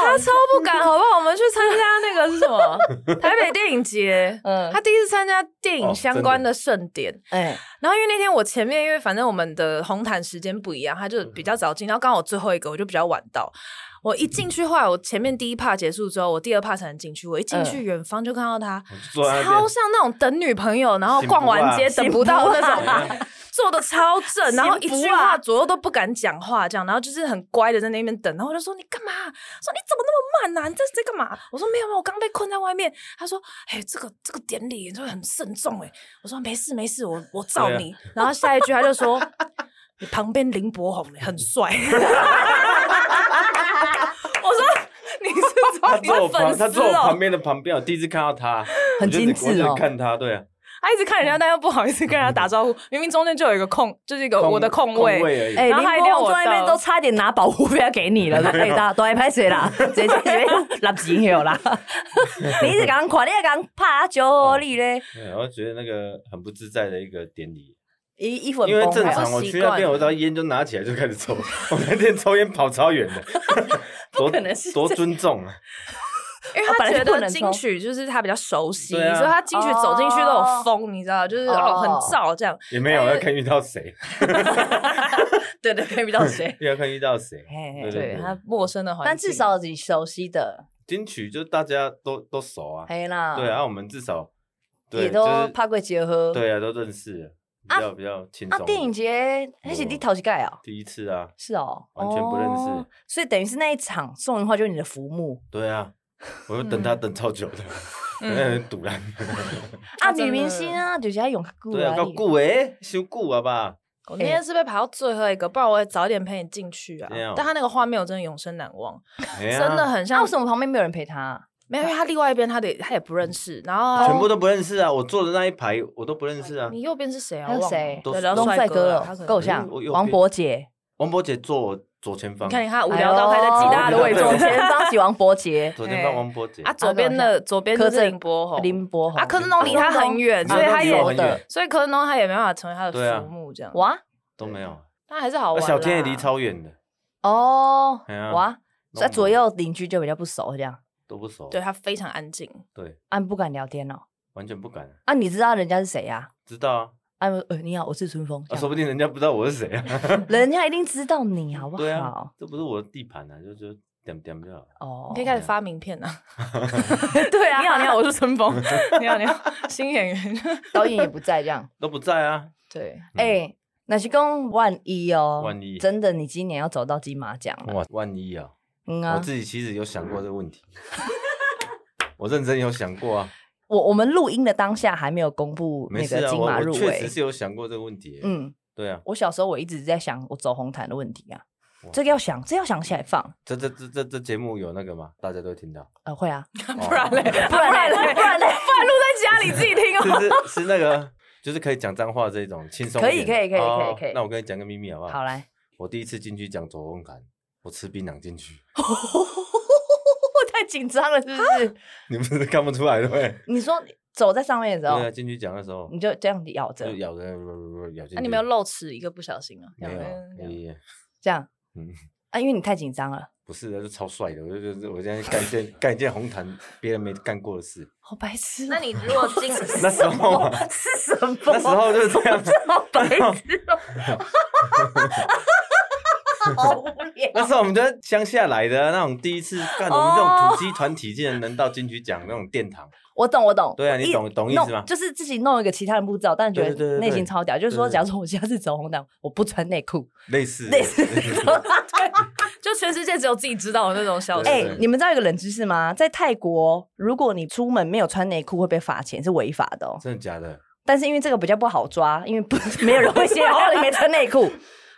Speaker 2: 他超不敢，好不好？我们去参加那个是什么 [laughs] 台北电影节”。
Speaker 1: 嗯，
Speaker 2: 他第一次参加电影相关哦的盛典，
Speaker 1: 哎，
Speaker 2: 然后因为那天我前面，因为反正我们的红毯时间不一样，他就比较早进，然后刚好我最后一个，我就比较晚到。我一进去，后来我前面第一趴结束之后，我第二趴才能进去。我一进去，远方就看到他，
Speaker 3: 我就坐在那
Speaker 2: 超
Speaker 3: 边，
Speaker 2: 像那种等女朋友，然后逛完街
Speaker 1: 行
Speaker 2: 等
Speaker 1: 不
Speaker 2: 不
Speaker 1: 啊
Speaker 2: 到那种， [laughs] 坐的超正，然后一
Speaker 1: 行
Speaker 2: 句
Speaker 1: 不啊
Speaker 2: 话左右都不敢讲话，这样，然后就是很乖的在那边等。然后我就说你干嘛？说你怎么那么慢呐、啊你这是在干嘛？我说没有啊没有，我刚被困在外面。他说哎，这个这个典礼就很慎重哎。我说没事没事，我我罩你。
Speaker 3: 啊
Speaker 2: 然后下一句他就说你旁边林柏宏欸很
Speaker 3: [laughs]
Speaker 2: 帅。 [laughs] 我说你是
Speaker 3: 他
Speaker 2: 说你
Speaker 3: 坐我
Speaker 2: 是
Speaker 3: 旁，
Speaker 2: 粉丝
Speaker 3: 他坐我
Speaker 2: 哦、
Speaker 3: 旁边的旁边，我第一次看到他，
Speaker 1: 很
Speaker 3: 我就
Speaker 1: 精
Speaker 3: 只我
Speaker 1: 致
Speaker 3: 只
Speaker 1: 哦
Speaker 3: 看他，对啊，
Speaker 2: 他一直看人家，但又不好意思跟人家打招呼。明明中间就有一个空，就是一个我的空位。
Speaker 3: 位而已。
Speaker 1: 哎、
Speaker 2: 然后
Speaker 1: 林
Speaker 2: 他一定要
Speaker 1: 波
Speaker 2: 我
Speaker 1: 坐在那边
Speaker 2: 到
Speaker 1: 都差点拿保护费要给你了， [laughs] 哎、大家都在拍谁啦？直接直接立钱有啦！你一直讲看，你也讲怕九哦你嘞，
Speaker 3: 对啊我就觉得那个很不自在的一个典礼，
Speaker 1: 衣衣服很
Speaker 3: 因为
Speaker 1: 崩
Speaker 3: 正
Speaker 1: 坏
Speaker 3: 常我去那边，我到烟就拿起来就开始抽， [laughs] 我那天抽烟跑超
Speaker 1: [laughs]
Speaker 3: 远的，多
Speaker 1: 可能是
Speaker 3: 多
Speaker 1: 这
Speaker 3: 尊重啊！
Speaker 2: 因为他觉
Speaker 1: 哦本来就不
Speaker 2: 得
Speaker 1: 能
Speaker 2: 金曲就是他比较熟悉，
Speaker 3: 对啊
Speaker 2: 所以他金曲走进去都有风，你知道，就是哦
Speaker 1: 哦
Speaker 2: 很燥这样。
Speaker 3: 也没有
Speaker 2: 哎
Speaker 3: 要看遇到谁，
Speaker 1: 对对，可以遇 [laughs] 到谁？
Speaker 3: 要看遇到谁
Speaker 1: 嘿嘿。
Speaker 3: 对
Speaker 2: 对
Speaker 3: 对，
Speaker 2: 他陌生的环境，
Speaker 1: 但至少你熟悉的，
Speaker 3: 金曲就大家都都熟啊，
Speaker 1: 嘿啦，
Speaker 3: 对啊，我们至少对
Speaker 1: 也
Speaker 3: 就
Speaker 1: 都
Speaker 3: 是
Speaker 1: 怕过结合。
Speaker 3: 对啊，都认识了，比较比较轻
Speaker 1: 啊
Speaker 3: 松。，
Speaker 1: 电影节那是你头一盖哦，
Speaker 3: 第一次啊，
Speaker 1: 是哦，
Speaker 3: 完全不认识
Speaker 1: 哦所以等于是那一场宋云化就是你的浮木，
Speaker 3: 对啊，我就等他等超久的， [laughs] 嗯，堵然。 [laughs]
Speaker 1: 啊，
Speaker 2: 啊真
Speaker 1: 女
Speaker 2: 的
Speaker 1: 明星啊，就是要用久
Speaker 3: 对啊，
Speaker 1: 啊
Speaker 3: 到。久诶，修久啊吧。
Speaker 2: 我那天是被排到最后一个，不然我也早一点陪你进去啊
Speaker 3: 这样。
Speaker 2: 但他那个画面我真的永生难忘，
Speaker 3: 嘿啊
Speaker 2: 真的很
Speaker 1: 那
Speaker 2: 像
Speaker 1: 为。什么旁边没有人陪她啊？
Speaker 2: 没有，因为他另外一边他得他也不认识，然后
Speaker 3: 全部都不认识啊！我坐的那一排我都不认
Speaker 2: [laughs]
Speaker 3: 识啊。
Speaker 2: 你右边是谁啊？
Speaker 1: 还有
Speaker 2: 我忘了
Speaker 1: 谁
Speaker 3: 都
Speaker 2: 对，
Speaker 3: 是
Speaker 2: 然后
Speaker 1: 龙
Speaker 2: 帅哥
Speaker 1: 哥
Speaker 2: 啊，他可能
Speaker 1: 够像
Speaker 3: 嗯我右边
Speaker 1: 王柏杰，
Speaker 3: 王博姐坐我左前方
Speaker 2: 你，看，你看，无聊到开始挤大家的位置
Speaker 3: 哎呦
Speaker 1: 左前方是王柏杰、
Speaker 3: 左前
Speaker 2: 哎
Speaker 3: 方王博姐
Speaker 2: 啊，左边的左边就是林柏宏，
Speaker 1: 林柏宏
Speaker 3: 哦
Speaker 2: 啊，柯震东离他很远，
Speaker 1: 柯
Speaker 2: 所
Speaker 1: 震
Speaker 2: 以
Speaker 1: 东
Speaker 2: 他
Speaker 1: 离
Speaker 2: 也
Speaker 1: 我
Speaker 3: 很远
Speaker 2: 所以柯震东他也没办法成为他
Speaker 3: 对
Speaker 2: 的
Speaker 3: 啊
Speaker 2: 父母这样。
Speaker 1: 哇
Speaker 3: 都没有。
Speaker 2: 但还是好玩
Speaker 3: 啊
Speaker 2: 啦。
Speaker 3: 小天也离超远的，
Speaker 1: 哦
Speaker 3: 哎呀
Speaker 1: 哇，
Speaker 3: 弄
Speaker 1: 所以
Speaker 3: 不
Speaker 1: 左右邻居就比较不熟这样，
Speaker 3: 都不熟，
Speaker 2: 对他非常安静，
Speaker 3: 对，
Speaker 1: 啊你不敢聊天哦。
Speaker 3: 完全不敢。
Speaker 1: 啊，你知道人家是谁呀？
Speaker 3: 知道啊，
Speaker 1: 啊，呃，你好，我是春风，
Speaker 3: 啊
Speaker 1: 这
Speaker 3: 说
Speaker 1: 样
Speaker 3: 不定人家不知道我是谁啊。
Speaker 1: 人家一定知道你好不
Speaker 3: 对啊
Speaker 1: 好？，
Speaker 3: 这不是我的地盘啊，就就点点就好了。
Speaker 1: 哦
Speaker 2: 你可以开始发名片啊。
Speaker 1: 对啊，
Speaker 2: [laughs] 你好，你好，我是春 [laughs] 风。你好，你好，新演员。
Speaker 1: 导演也不在这样。
Speaker 3: 都不在啊，
Speaker 2: [laughs] 对，
Speaker 3: 嗯
Speaker 1: 哎，那是讲万一哦，
Speaker 3: 万一
Speaker 1: 真的你今年要走到金马奖了，
Speaker 3: 哇，万一啊，
Speaker 1: 嗯
Speaker 3: 我
Speaker 1: 啊，
Speaker 3: 自己其实有想过这个问题， [laughs] 我认真有想过啊。
Speaker 1: 我我们录音的当下还没有公布
Speaker 3: 没
Speaker 1: 那
Speaker 3: 事
Speaker 1: 个
Speaker 3: 啊，
Speaker 1: 金
Speaker 3: 我
Speaker 1: 马
Speaker 3: 我
Speaker 1: 入
Speaker 3: 确
Speaker 1: 围
Speaker 3: 实，是有想过这个问题。嗯，
Speaker 1: 嗯。
Speaker 3: 对啊，
Speaker 1: 我小时候我一直在想我走红毯的问题啊
Speaker 3: 哇，
Speaker 1: 这个要想，这要想起来放。
Speaker 3: 这这这这这节目有那个吗？大家都会听到，
Speaker 1: 呃，会
Speaker 3: [laughs]
Speaker 1: 啊，
Speaker 2: [laughs]
Speaker 3: 不
Speaker 2: 不然嘞，
Speaker 1: 不然嘞， [laughs] 不然嘞，
Speaker 2: 哦不然录在家里自己听 [laughs] 哦。
Speaker 3: 是是是那个，就是可以讲脏话这种轻松一
Speaker 1: 可以
Speaker 3: 点。
Speaker 1: 可以可以
Speaker 3: 哦
Speaker 1: 可以可以
Speaker 3: 那我跟你讲个秘密 [laughs] 好不好？
Speaker 1: 好来，
Speaker 3: 我第一次进去讲左红毯，我吃槟榔进去，
Speaker 1: 我太紧张了，是
Speaker 3: [laughs]
Speaker 1: 不是？
Speaker 3: 你们是看不出
Speaker 1: [laughs]
Speaker 3: 来的呗？
Speaker 1: 你说走在上面的时
Speaker 3: 对啊，
Speaker 1: 候，
Speaker 3: 进去讲的时候
Speaker 1: 哦你就这样啊咬着
Speaker 3: 就，咬着咬进去。
Speaker 2: 那你没有露齿，一个不小心啊？
Speaker 3: 没有？哎呀
Speaker 1: 这样
Speaker 3: 嗯，
Speaker 1: 啊，因为你太紧张了，
Speaker 3: 不是的，是超帅的，我就就是我现在干一件干一件红毯别人没干过的事。
Speaker 1: 好白痴哦。
Speaker 2: 那你如果进，
Speaker 3: [laughs] 那时候啊，
Speaker 1: [laughs] 是什么？，
Speaker 3: 那时候就是这样
Speaker 1: 好白痴哦， [laughs] 好无聊。
Speaker 3: [laughs]
Speaker 1: [laughs]
Speaker 3: 那时候我们就乡下来的那种第一次
Speaker 1: 哦
Speaker 3: 干，我们这种土鸡团体竟然能到进去讲那种殿堂，
Speaker 1: 我懂，我懂。
Speaker 3: 对啊你
Speaker 1: 一
Speaker 3: 懂懂意思
Speaker 1: 弄
Speaker 3: 吗
Speaker 1: 就是自己弄一个其他人不知道，但觉
Speaker 3: 对对对
Speaker 1: 得
Speaker 3: 对
Speaker 1: 内心超屌。就是说，
Speaker 3: 对对对
Speaker 1: 假如说我下次走红毯，我不穿内裤，
Speaker 3: 类似
Speaker 1: 类似那种。
Speaker 2: [laughs] 就全世界只有自己知道的那种小事。
Speaker 1: 哎、
Speaker 3: 对
Speaker 1: 你们知道一个冷知识吗？在泰国，如果你出门没有穿内裤会被罚钱，是违法的哦。
Speaker 3: [laughs] 真的假的？
Speaker 1: 但是因为这个比较不好抓，因为
Speaker 3: [laughs]
Speaker 1: 不没有人会先哦你没穿内裤。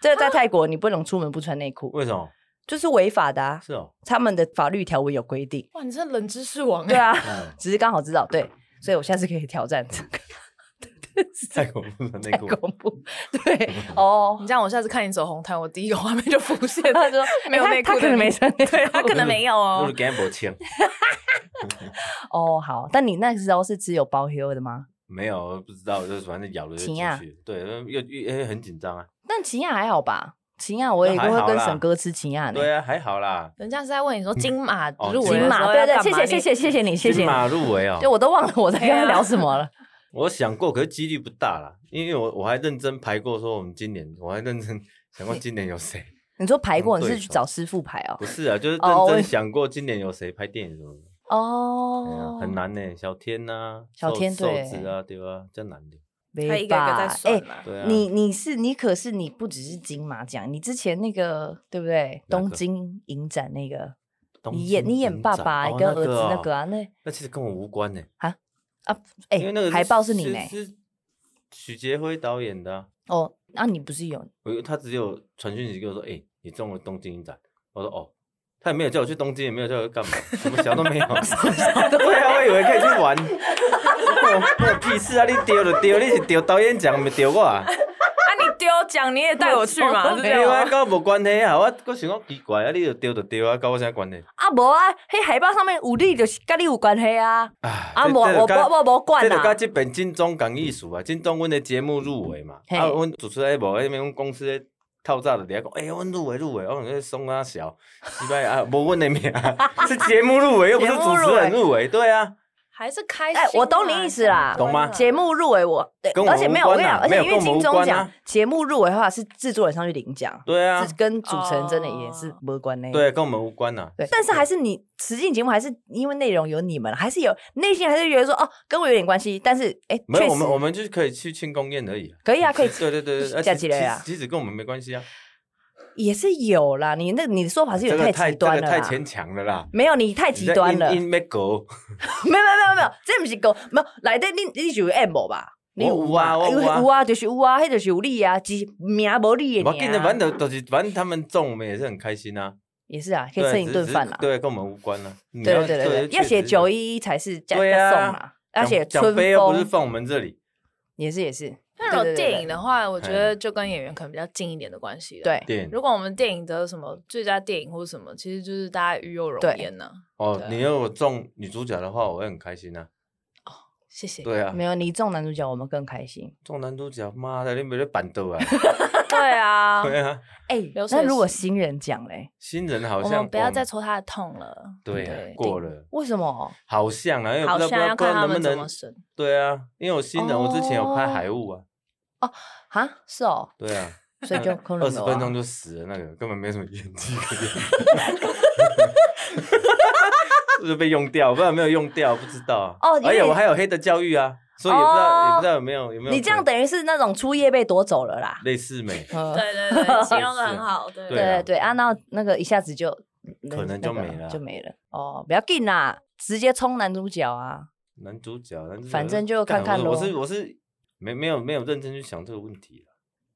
Speaker 1: 这个在泰国你不能出门不穿内裤，
Speaker 3: 为什么？
Speaker 1: 就是违法的啊。
Speaker 3: 是
Speaker 1: [laughs]
Speaker 3: 哦，
Speaker 1: 他们的法律条文有规定。
Speaker 2: 哇，你真的冷知识王
Speaker 1: 对
Speaker 2: 哎！
Speaker 3: [laughs]
Speaker 1: 啊，，
Speaker 3: 嗯
Speaker 1: 只是刚好知道，对，所以我下次可以挑战这个，
Speaker 3: 太恐怖了，内
Speaker 1: 太
Speaker 3: 裤。
Speaker 1: 恐怖。对，哦
Speaker 2: 你，这样，我下次看你走红毯，我第一个画面就浮现
Speaker 1: 他
Speaker 2: [laughs]
Speaker 1: 说
Speaker 2: 没有
Speaker 1: 哎他
Speaker 2: 内裤
Speaker 1: 他
Speaker 2: 的
Speaker 1: 可能没
Speaker 2: 你
Speaker 1: 穿内裤，
Speaker 2: 他可能没有
Speaker 3: 就
Speaker 2: 哦
Speaker 3: 是。gamble 签，
Speaker 1: 哦，好，但你那时候是只有包 heel 的吗？
Speaker 3: 没有不知道，就是反正咬了就进
Speaker 1: 行啊
Speaker 3: 去，对，又又又很紧张啊，
Speaker 1: 但秦雅还好吧？秦雅我也
Speaker 3: 那还好
Speaker 1: 会跟
Speaker 3: 啦
Speaker 1: 沈哥吃秦雅呢。
Speaker 3: 对啊，还好啦，
Speaker 2: 人家是在问你说金马
Speaker 3: 哦
Speaker 2: 入围
Speaker 1: 嗯金
Speaker 2: 的时
Speaker 1: 马，
Speaker 2: 候
Speaker 1: 对啊
Speaker 2: 要
Speaker 1: 对，
Speaker 2: 干
Speaker 1: 谢
Speaker 2: 嘛
Speaker 1: 谢谢。谢谢谢你谢谢
Speaker 3: 金
Speaker 1: 你，
Speaker 3: 马入围哦，
Speaker 1: 就我都忘了我在跟他
Speaker 2: 对啊
Speaker 1: 聊什么
Speaker 2: [laughs]
Speaker 1: 了。
Speaker 3: 我想过，可是几率不大啦，因为我我还认真排过，说我们今年，我还认真想过今年有谁，
Speaker 1: 你说排过，
Speaker 3: 嗯
Speaker 1: 你是
Speaker 3: 对
Speaker 1: 去找师傅排哦
Speaker 3: 不？是啊，就是
Speaker 1: 哦
Speaker 3: 认
Speaker 1: 我
Speaker 3: 真想过今年有谁拍电影什么的，哎呀
Speaker 1: 哦，
Speaker 3: 很，难呢，小天呐，
Speaker 1: 小
Speaker 3: 瘦
Speaker 1: 天
Speaker 3: 瘦
Speaker 1: 对
Speaker 3: 子啊，对吧？真难的，
Speaker 2: 他一个一个在算啦。
Speaker 3: 对啊，
Speaker 1: 哎你你是你可是你不只是金马奖，你之前那个对不对？
Speaker 3: 哪个
Speaker 1: 东京影展那个，
Speaker 3: 东
Speaker 1: 你
Speaker 3: 京
Speaker 1: 演你演
Speaker 3: 影
Speaker 1: 爸
Speaker 3: 展
Speaker 1: 爸
Speaker 3: 哦
Speaker 1: 跟儿子那
Speaker 3: 哦
Speaker 1: 个啊，那
Speaker 3: 那其实跟我无关呢，
Speaker 1: 啊
Speaker 3: 因为那个
Speaker 1: 哎，海报是你呢
Speaker 3: 呢，是许杰辉导演的啊，
Speaker 1: 哦，那你不是有
Speaker 3: 我他只有传讯息给我说，哎，你中了东京影展，我说哦。他也没有叫我去东京，也没有叫我去干嘛，什么小
Speaker 1: [laughs]
Speaker 3: 都没有。对啊，我以为可以去玩， [laughs] 我我屁事啊！你丢就丢，你是丢导演奖，没丢我啊？
Speaker 2: 啊，你丢奖你也带我去嘛，是这
Speaker 3: 丢啊，
Speaker 2: 样吗？
Speaker 3: 跟 [laughs] 我无关系啊！我我想讲奇怪啊，你就丢就丢啊，跟我啥关系？
Speaker 1: 啊？无啊，迄海报上面有你就是跟你有关系啊。啊，
Speaker 3: 啊
Speaker 1: 无我我我无管
Speaker 3: 这就
Speaker 1: 啊
Speaker 3: 跟。这本金钟讲艺术啊，金钟阮的节目入围嘛，
Speaker 1: 嘿
Speaker 3: 啊，阮主持人无，迄边阮公司的透早就伫遐讲，哎、阮入围入围，我讲这松啊小，失败
Speaker 1: [laughs]
Speaker 3: 啊，无阮的名，啊是节目入围，又不是主持人入围，对啊，
Speaker 2: 还是开心啊？
Speaker 1: 哎我懂你意思啦
Speaker 3: 懂吗
Speaker 1: 节目入围我，对
Speaker 3: 啊跟，我
Speaker 1: 而且没有，我
Speaker 3: 无
Speaker 1: 跟你
Speaker 3: 关
Speaker 1: 讲，
Speaker 3: 啊
Speaker 1: 而且因
Speaker 3: 没有
Speaker 1: 为
Speaker 3: 跟我
Speaker 1: 金
Speaker 3: 无
Speaker 1: 钟
Speaker 3: 关啊
Speaker 1: 奖节目入围的话是制作人上去领奖，
Speaker 3: 对啊
Speaker 1: 是，跟主持人真的也是
Speaker 2: 哦
Speaker 1: 无关的。
Speaker 3: 对，跟我们无关啊呐、
Speaker 1: 对，但是还是你实境节目还是因为内容有你们，还是有内心还是觉得说哦，跟我有点关系，但是哎，
Speaker 3: 没
Speaker 1: 确实
Speaker 3: 有，我们我们就是可以去庆功宴而已、啊。
Speaker 1: 可以啊，可以
Speaker 3: 对对对，而
Speaker 1: 加
Speaker 3: 且
Speaker 1: 起
Speaker 3: 其
Speaker 1: 来啊
Speaker 3: 实其实跟我们没关系啊，
Speaker 1: 也是有啦。你那你的说法是有
Speaker 3: 这
Speaker 1: 点
Speaker 3: 个
Speaker 1: 太
Speaker 3: 太
Speaker 1: 极
Speaker 3: 这
Speaker 1: 端
Speaker 3: 个
Speaker 1: 了啦，
Speaker 3: 太牵强了啦，
Speaker 1: 没有你太极端了，没有
Speaker 3: 因没狗，
Speaker 1: [laughs] 没有没有没有，这不是狗，没有来的你你就是 M 吧？你
Speaker 3: 我有啊我有啊
Speaker 1: 有啊，就是有啊，迄就是有你啊，只是名无你的啊
Speaker 3: 我跟着反
Speaker 1: 尔。
Speaker 3: 正就是反正他们中，我们也是很开心啊，
Speaker 1: 也是啊，可以
Speaker 3: 对
Speaker 1: 蹭一顿饭啦
Speaker 3: 只是。对，跟我们无关啦。对
Speaker 1: 对对对对对，要写九
Speaker 3: 一，
Speaker 1: 一一才是加
Speaker 3: 对啊
Speaker 1: 加送啦，要写
Speaker 3: 奖
Speaker 1: 春
Speaker 3: 奖杯又不是
Speaker 1: 风，
Speaker 3: 放我们这里，
Speaker 1: 也是也是。
Speaker 2: 那如
Speaker 1: 对
Speaker 2: 果
Speaker 1: 对对
Speaker 2: 电
Speaker 1: 对
Speaker 2: 影的话，我觉
Speaker 3: 哎
Speaker 2: 得就跟演员可能比较近一点的关系了。
Speaker 1: 对
Speaker 3: 电
Speaker 2: 如果我们电影得什么最佳电影或什么，其实就是大家与有荣
Speaker 1: 对
Speaker 2: 焉呢、
Speaker 3: 哦
Speaker 2: 对，啊
Speaker 3: 你要我中女主角的话，我会很开心啊。
Speaker 2: 谢谢。
Speaker 3: 对啊
Speaker 1: 没，有你中男主角，我们更开心。
Speaker 3: 中男主角，妈的，你没得板
Speaker 1: [laughs]
Speaker 3: 凳啊！
Speaker 2: 对啊，
Speaker 3: [laughs] 对啊，
Speaker 1: 哎
Speaker 2: 流，水
Speaker 1: 那如果
Speaker 2: 席
Speaker 1: 新人奖嘞？
Speaker 3: 新人好
Speaker 2: 我
Speaker 3: 像
Speaker 2: 们不要
Speaker 3: 哦
Speaker 2: 再戳他的痛了。
Speaker 3: 对啊
Speaker 2: 对
Speaker 3: 过了，
Speaker 1: 为什么？
Speaker 3: 好像啊，因为不
Speaker 2: 好
Speaker 3: 知道不
Speaker 2: 像
Speaker 3: 知道
Speaker 2: 要
Speaker 3: 不
Speaker 2: 看
Speaker 3: 知
Speaker 2: 他
Speaker 3: 道能不
Speaker 2: 们怎么
Speaker 3: 能 [laughs]
Speaker 2: 审。
Speaker 3: 对啊，因为我新人，我之前有
Speaker 1: 哦
Speaker 3: 拍海雾啊，
Speaker 1: 哈，是哦，
Speaker 3: 对啊，
Speaker 1: 所以就可能
Speaker 3: [laughs] 二十分钟就死了，那个根本没什么演技可言， [laughs] 是不是被用掉？不然没有用掉，不知道啊。
Speaker 1: 哦因为
Speaker 3: 而且我还有黑的教育啊，所以也不知道也不知道有没有有没有
Speaker 1: 你这样等于是那种初夜被夺走了啦。
Speaker 3: 类似没？
Speaker 1: 嗯
Speaker 2: 对对对，形容的
Speaker 3: 是
Speaker 2: 很好。对
Speaker 3: 对啊
Speaker 1: 对对啊，那那个一下子就
Speaker 3: 可能就
Speaker 1: 那个
Speaker 3: 没了
Speaker 1: 就没了哦，不要紧啦，直接冲男主角啊！
Speaker 3: 男主角，男主角
Speaker 1: 反正就看看
Speaker 3: 干我我是
Speaker 1: 咯
Speaker 3: 我是没没有没有认真去想这个问题了。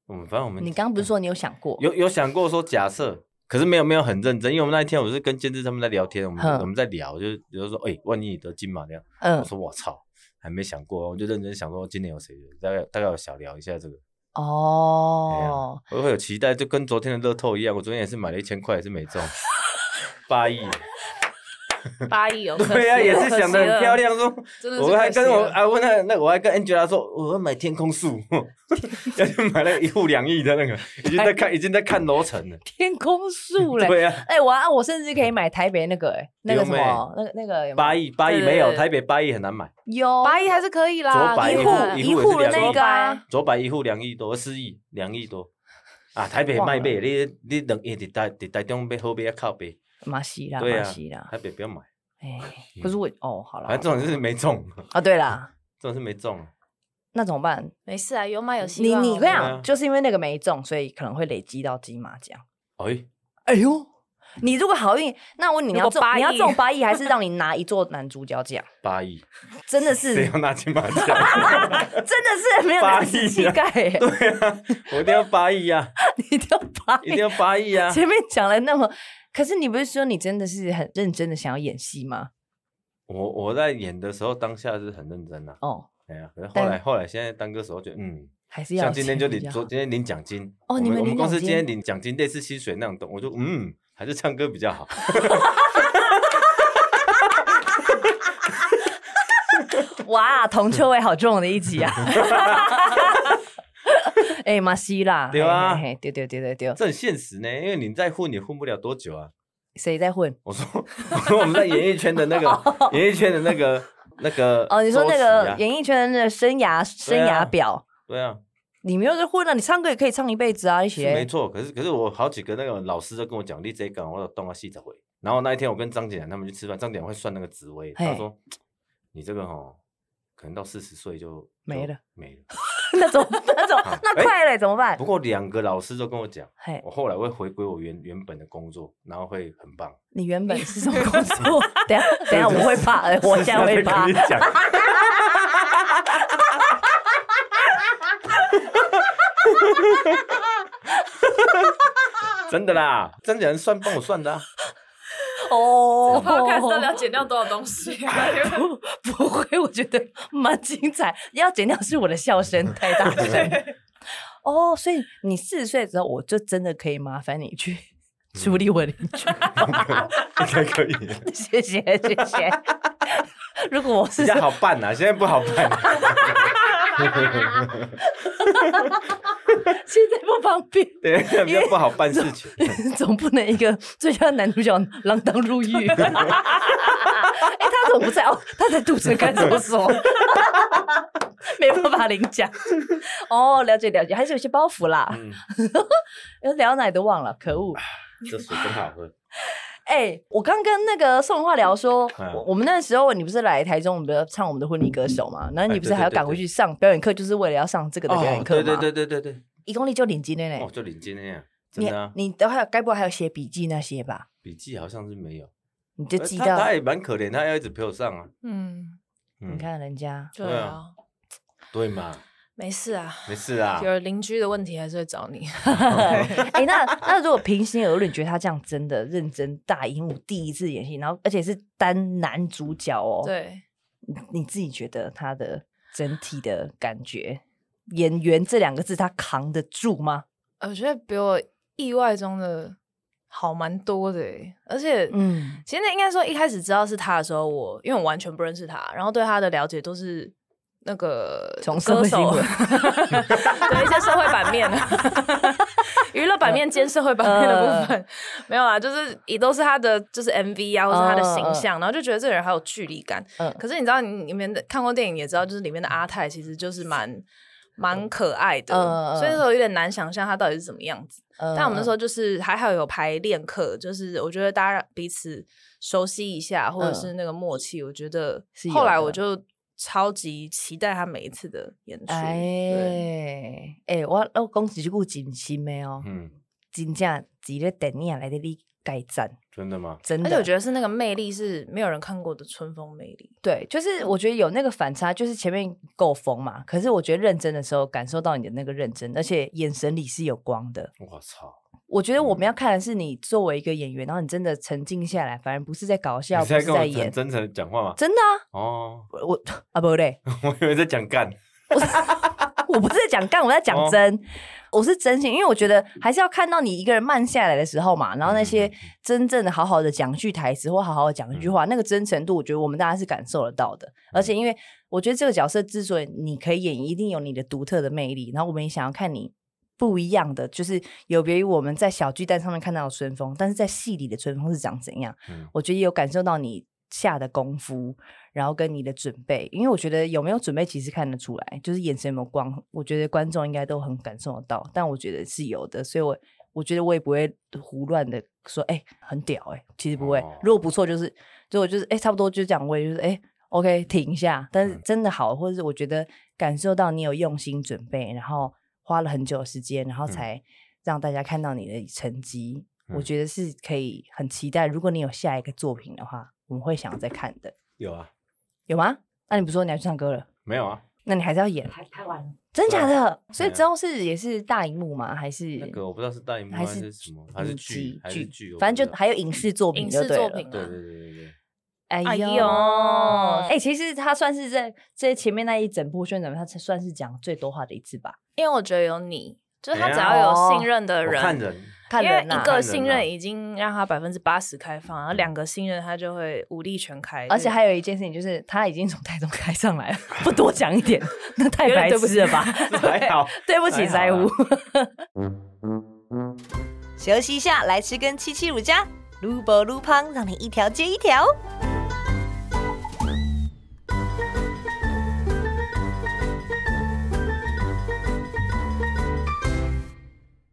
Speaker 3: 我们反正我们
Speaker 1: 你刚刚不是说你有想过？
Speaker 3: 嗯有有想过说假设，可是没有没有很认真，因为我们那一天我是跟监制他们在聊天，我们
Speaker 1: 哼
Speaker 3: 我们在聊，就是比如说，哎、万一你得金马这样，我
Speaker 1: 嗯
Speaker 3: 说我操，还没想过，我就认真想说今年有谁，大概大概有小聊一下这个，
Speaker 1: 哦，
Speaker 3: 我会有期待，就跟昨天的乐透一样，我昨天也是买了一千块，也是
Speaker 2: [laughs]
Speaker 3: 没中，八亿，
Speaker 2: 八亿有可惜了。
Speaker 3: 对呀、啊，也是想的很漂亮，说
Speaker 2: 真的是可惜了。
Speaker 3: 我还跟我啊，问那那我还跟 Angela 说，我要买天空树， [laughs] 要去买那个一户两亿的那个，已经在看已经在看楼层了，
Speaker 1: 天空树嘞！
Speaker 3: [laughs] 对呀、啊。
Speaker 1: 哎，我啊，我甚至可以买台北那个哎，那个什
Speaker 3: 有
Speaker 1: 么那
Speaker 3: 没，
Speaker 1: 个那个有没有
Speaker 3: 八亿，八亿
Speaker 2: 对对
Speaker 3: 没有，
Speaker 2: 对
Speaker 3: 台北八亿很难买，
Speaker 1: 有
Speaker 2: 八亿还是可以啦，
Speaker 3: 左白
Speaker 1: 一
Speaker 3: 一
Speaker 1: 户
Speaker 3: 户
Speaker 1: 一
Speaker 3: 一户
Speaker 1: 户的
Speaker 3: 也
Speaker 1: 那
Speaker 3: 是两亿
Speaker 1: 个啊，
Speaker 3: 左百一户两亿多，四亿两亿多啊，台北卖
Speaker 1: 忘
Speaker 3: 卖，你你两亿在台在台中买好买啊靠北，
Speaker 1: 马西啦，
Speaker 3: 对
Speaker 1: 马
Speaker 3: 啊
Speaker 1: 西啦，
Speaker 3: 台北不要买，
Speaker 1: 哎，可是我哦，好了，
Speaker 3: 反正嗯这种是没中，
Speaker 1: 啊，对啦，
Speaker 3: 这种是没中，
Speaker 1: 那怎么办？
Speaker 2: 没事啊，有买有希
Speaker 1: 你
Speaker 2: 望。
Speaker 1: 你跟你
Speaker 3: 对
Speaker 1: 讲，
Speaker 3: 啊
Speaker 1: 就是因为那个没中，所以可能会累积到金马奖。
Speaker 3: 哎，
Speaker 1: 哎呦，你如果好运，那我问你，你要
Speaker 2: 如果
Speaker 1: 中
Speaker 2: 八
Speaker 1: 你要
Speaker 2: 亿
Speaker 1: 中八亿，还是让你拿一座男主
Speaker 3: [laughs]
Speaker 1: 角奖？
Speaker 3: 八亿，
Speaker 1: 真的
Speaker 3: 谁
Speaker 1: 是，
Speaker 3: 要拿金马奖？
Speaker 1: [laughs] 真的是没有
Speaker 3: 八
Speaker 1: 男
Speaker 3: 亿啊
Speaker 1: 子气概耶、
Speaker 3: 对啊，我一定要八亿啊，
Speaker 1: [laughs] 你一定要八
Speaker 3: 一定
Speaker 1: 亿。
Speaker 3: 要八亿
Speaker 1: [laughs]
Speaker 3: 啊！
Speaker 1: 前面讲了那么，可是你不是说你真的是很认真的想要演戏吗？
Speaker 3: 我我在演的时候，当下是很认真啊，
Speaker 1: 哦，
Speaker 3: 哎呀，可是后
Speaker 1: 但
Speaker 3: 来后来现在当歌手就嗯，
Speaker 1: 还是要
Speaker 3: 像今天就
Speaker 1: 钱比
Speaker 3: 领
Speaker 1: 较
Speaker 3: 昨
Speaker 1: 好
Speaker 3: 今天领奖金
Speaker 1: 哦
Speaker 3: 我
Speaker 1: 你们
Speaker 3: 我
Speaker 1: 领
Speaker 3: 们公
Speaker 1: 奖
Speaker 3: 司今天
Speaker 1: 金
Speaker 3: 领奖金类似薪水那种东，我就嗯，还是唱歌比较好。 [laughs]
Speaker 1: 哇，铜臭味好重的一
Speaker 3: [laughs]
Speaker 1: 集啊！哎，马西啦，
Speaker 3: 对啊
Speaker 1: 嘿嘿嘿对对对对对，
Speaker 3: 这很现实呢，因为你再混也混不了多久啊。
Speaker 1: 谁在混？
Speaker 3: 我说，我说我们在演艺圈的那个 [laughs] 演艺圈的
Speaker 1: [laughs]
Speaker 3: 那个那个
Speaker 1: 哦哦，你说那
Speaker 3: 周期
Speaker 1: 个
Speaker 3: 啊
Speaker 1: 演艺圈的生涯生
Speaker 3: 对啊
Speaker 1: 涯表，
Speaker 3: 对啊，
Speaker 1: 你没有在混啊，你唱歌也可以唱一辈子啊，一起
Speaker 3: 是
Speaker 1: 嘞
Speaker 3: 没错。可是可是我好几个那个老师都跟我讲，你这个我有动啊戏才回。然后那一天我跟张姐他们去吃饭，张姐会算那个职位，
Speaker 1: 嘿
Speaker 3: 她说你这个哦，可能到四十岁就
Speaker 1: 没
Speaker 3: 就
Speaker 1: 了
Speaker 3: 没了。
Speaker 1: [laughs] [laughs] 那
Speaker 3: [laughs]
Speaker 1: 种那种
Speaker 3: 好
Speaker 1: 那快嘞怎么办
Speaker 3: 哎不？过两个老师都跟我讲，
Speaker 1: 嘿，
Speaker 3: 我后来会回归我原原本的工作，然后会很棒。
Speaker 1: 你原本是什么工
Speaker 3: [laughs]
Speaker 1: 作？等一下等一下我会怕，哎我现在会怕
Speaker 3: 跟你。
Speaker 1: [laughs]
Speaker 3: 讲。真的啦，真的人算帮我算 [laughs] 的、啊，
Speaker 1: 哦
Speaker 2: podcast 到底要剪掉多少东西啊？ [laughs]
Speaker 1: 不 [laughs] 不会，我觉得蛮精彩。要剪掉是我的笑声太大
Speaker 3: [laughs]
Speaker 1: 声。哦，所以你四十岁之后，我就真的可以麻烦你去
Speaker 3: 嗯
Speaker 1: 处理我的 [laughs] 邻居。
Speaker 3: 应该可以，
Speaker 1: 谢谢谢
Speaker 3: [laughs]
Speaker 1: 谢。如果我
Speaker 3: 比
Speaker 1: 是
Speaker 3: 较好办呐、现在不好办、
Speaker 1: [laughs] 现在不方便，
Speaker 3: 对，比较不好办事情。
Speaker 1: [laughs] 总不能一个最佳男主角锒铛入
Speaker 3: [laughs]
Speaker 1: 狱。哎、他怎么不在？哦，他在赌城看守
Speaker 3: [laughs]
Speaker 1: 所，没办法领奖。哦，了解了解，还是有些包袱啦。
Speaker 3: 嗯，
Speaker 1: 聊哪里都忘了，可恶！
Speaker 3: 这水真好喝，
Speaker 1: 哎、我刚跟那个宋文化聊说，
Speaker 3: 嗯
Speaker 1: 我我们那时候你不是来台中，我们不是唱我们的婚礼歌手嘛？然后你
Speaker 3: 哎
Speaker 1: 不是
Speaker 3: 对对
Speaker 1: 还要
Speaker 3: 对
Speaker 1: 赶回
Speaker 3: 对
Speaker 1: 去上表演课，就是为了要上这个的表演课吗？
Speaker 3: 哦对对对对对对，
Speaker 1: 一公里就领金的呢。
Speaker 3: 哦，就领今天啊，真的啊，
Speaker 1: 哎你你的话该不会还有写笔记那些吧？
Speaker 3: 笔记好像是没有，
Speaker 1: 你就
Speaker 3: 呃
Speaker 1: 记
Speaker 3: 他
Speaker 1: 到
Speaker 3: 他也蛮可怜，他要一直陪我上啊。
Speaker 2: 嗯，
Speaker 1: 你
Speaker 3: 嗯，
Speaker 1: 看人家
Speaker 2: 对
Speaker 3: 对
Speaker 2: 啊
Speaker 3: 啊，对嘛，
Speaker 2: 没事啊，
Speaker 3: 没事啊，
Speaker 2: 有邻居的问题还是会找你。
Speaker 1: 哎、那那如果平心而论，你觉得他这样真的认真大荧幕第一次演戏，然后而且是单男主角哦，，
Speaker 2: [laughs] 对，
Speaker 1: 你自己觉得他的整体的感觉，演员这两个字他扛得住吗？
Speaker 2: 我觉得比我意外中的好蛮多的欸，而且，
Speaker 1: 嗯，
Speaker 2: 其实应该说一开始知道是他的时候，我因为我完全不认识他，然后对他的了解都是那个
Speaker 1: 从社
Speaker 2: 歌
Speaker 1: 会新
Speaker 2: 手，
Speaker 1: 闻
Speaker 2: 对一些社会版面， [laughs] 娱乐版面兼社会版面的
Speaker 1: 嗯
Speaker 2: 部分，没有啦，就是也都是他的就是 MV 啊，或是他的形象，然后就觉得这个人好有距离感。
Speaker 1: 嗯
Speaker 2: 可是你知道，你你们看过电影也知道，就是里面的阿泰其实就是蛮。蛮可爱的，
Speaker 1: 嗯嗯嗯
Speaker 2: 所以那时候有点难想象他到底是怎么样子。
Speaker 1: 但
Speaker 2: 但我们那时候就是还好有排练课，就是我觉得大家彼此熟悉一下，或者是那个默契，我觉得
Speaker 1: 嗯是有
Speaker 2: 后来
Speaker 1: 的
Speaker 2: 我就超级期待他每一次的演出。对，
Speaker 1: 哎哎，我我讲一句真心的哦，
Speaker 3: 嗯，
Speaker 1: 真正一个电影来的你改赞，
Speaker 3: 真的吗？
Speaker 1: 真的，
Speaker 2: 而且我觉得是那个魅力是没有人看过的春风魅力。
Speaker 1: 对，就是
Speaker 3: 嗯
Speaker 1: 我觉得有那个反差，就是前面够疯嘛，可是我觉得认真的时候感受到你的那个认真，而且眼神里是有光的。
Speaker 3: 我操，
Speaker 1: 我觉得我
Speaker 3: 嗯
Speaker 1: 们要看的是你作为一个演员，然后你真的沉静下来，反而不是在搞
Speaker 3: 你
Speaker 1: 笑，
Speaker 3: 是
Speaker 1: 不是
Speaker 3: 在跟我
Speaker 1: 在
Speaker 3: 很
Speaker 1: 演，
Speaker 3: 真诚地讲话吗？
Speaker 1: 真的啊，
Speaker 3: 哦， [laughs]
Speaker 1: 我我啊不对，啊
Speaker 3: 我以为在讲干，
Speaker 1: 我不是在讲干，我在讲
Speaker 3: 哦
Speaker 1: 真，我是真心，因为我觉得还是要看到你一个人慢下来的时候嘛，然后那些
Speaker 3: 嗯嗯
Speaker 1: 真正的好好的讲句台词或好好的讲一句话，那个真诚度，我觉得我们大家是感受得到的。而且，因为我觉得这个角色之所以你可以演，一定有你的独特的魅力，然后我们也想要看你。不一样的，就是有别于我们在小巨蛋上面看到的春风，但是在戏里的春风是长怎样？
Speaker 3: 嗯
Speaker 1: 我觉得也有感受到你下的功夫，然后跟你的准备，因为我觉得有没有准备其实看得出来，就是眼神有没有光，我觉得观众应该都很感受得到，但我觉得是有的，所以我我觉得我也不会胡乱的说，哎、很屌、哎，其实不会，
Speaker 3: 哦
Speaker 1: 如果不错就是，如果就是哎、差不多就这样，我也就是哎。OK，停一下，但是
Speaker 3: 嗯
Speaker 1: 真的好，或者是我觉得感受到你有用心准备，然后花了很久的时间，然后
Speaker 3: 嗯
Speaker 1: 才让大家看到你的成绩，我
Speaker 3: 嗯
Speaker 1: 觉得是可以很期待。如果你有下一个作品的话，我们会想要再看的，
Speaker 3: 有啊，
Speaker 1: 有吗？那你不是说你要去唱歌了？
Speaker 3: 没有啊？
Speaker 1: 那你还是要演，
Speaker 4: 拍拍完了，
Speaker 1: 真假
Speaker 3: 对
Speaker 1: 的？所以
Speaker 3: 对啊
Speaker 1: 之后是也是大荧幕吗？还是
Speaker 3: 那个我不知道是大荧幕
Speaker 1: 还
Speaker 3: 还
Speaker 1: 是
Speaker 3: 是什么，还是
Speaker 1: 影
Speaker 3: 剧
Speaker 1: 集
Speaker 3: 还是剧，我不
Speaker 1: 反正
Speaker 3: 知
Speaker 1: 就
Speaker 3: 道
Speaker 1: 还有影视作品
Speaker 2: 影
Speaker 1: 就
Speaker 2: 视
Speaker 1: 对
Speaker 2: 作
Speaker 1: 了
Speaker 2: 品啊
Speaker 3: 对对
Speaker 1: [laughs]
Speaker 3: 对对对，
Speaker 1: 哎
Speaker 2: 哎
Speaker 1: 呦，
Speaker 2: 呦
Speaker 1: 哎、其实他算是在这前面那一整部宣传，他才算是讲最多话的一次吧。
Speaker 2: 因为我觉得有你，就是他
Speaker 3: 哎呀
Speaker 2: 只要有信任的
Speaker 3: 我
Speaker 2: 人，
Speaker 3: 看人，
Speaker 1: 看
Speaker 2: 因为
Speaker 1: 人呐、
Speaker 2: 一
Speaker 3: 看
Speaker 2: 个
Speaker 3: 人
Speaker 2: 信
Speaker 3: 啊
Speaker 2: 任已经让他百分之八十开放，然后
Speaker 3: 嗯
Speaker 2: 两个信任他就会武力全开，
Speaker 1: 而且还有一件事情就是，他已经从台中开上来了， [laughs] 不多讲一点， [laughs] 那太
Speaker 2: 有点
Speaker 1: 白
Speaker 2: 对不
Speaker 1: 痴了吧？
Speaker 3: 还好，
Speaker 1: [laughs] 对不起，
Speaker 3: 还
Speaker 1: 在
Speaker 3: 好
Speaker 1: 乎
Speaker 3: 啦。
Speaker 1: [laughs] 休息一下，来吃根七七乳加，撸波撸胖，让你一条接一条。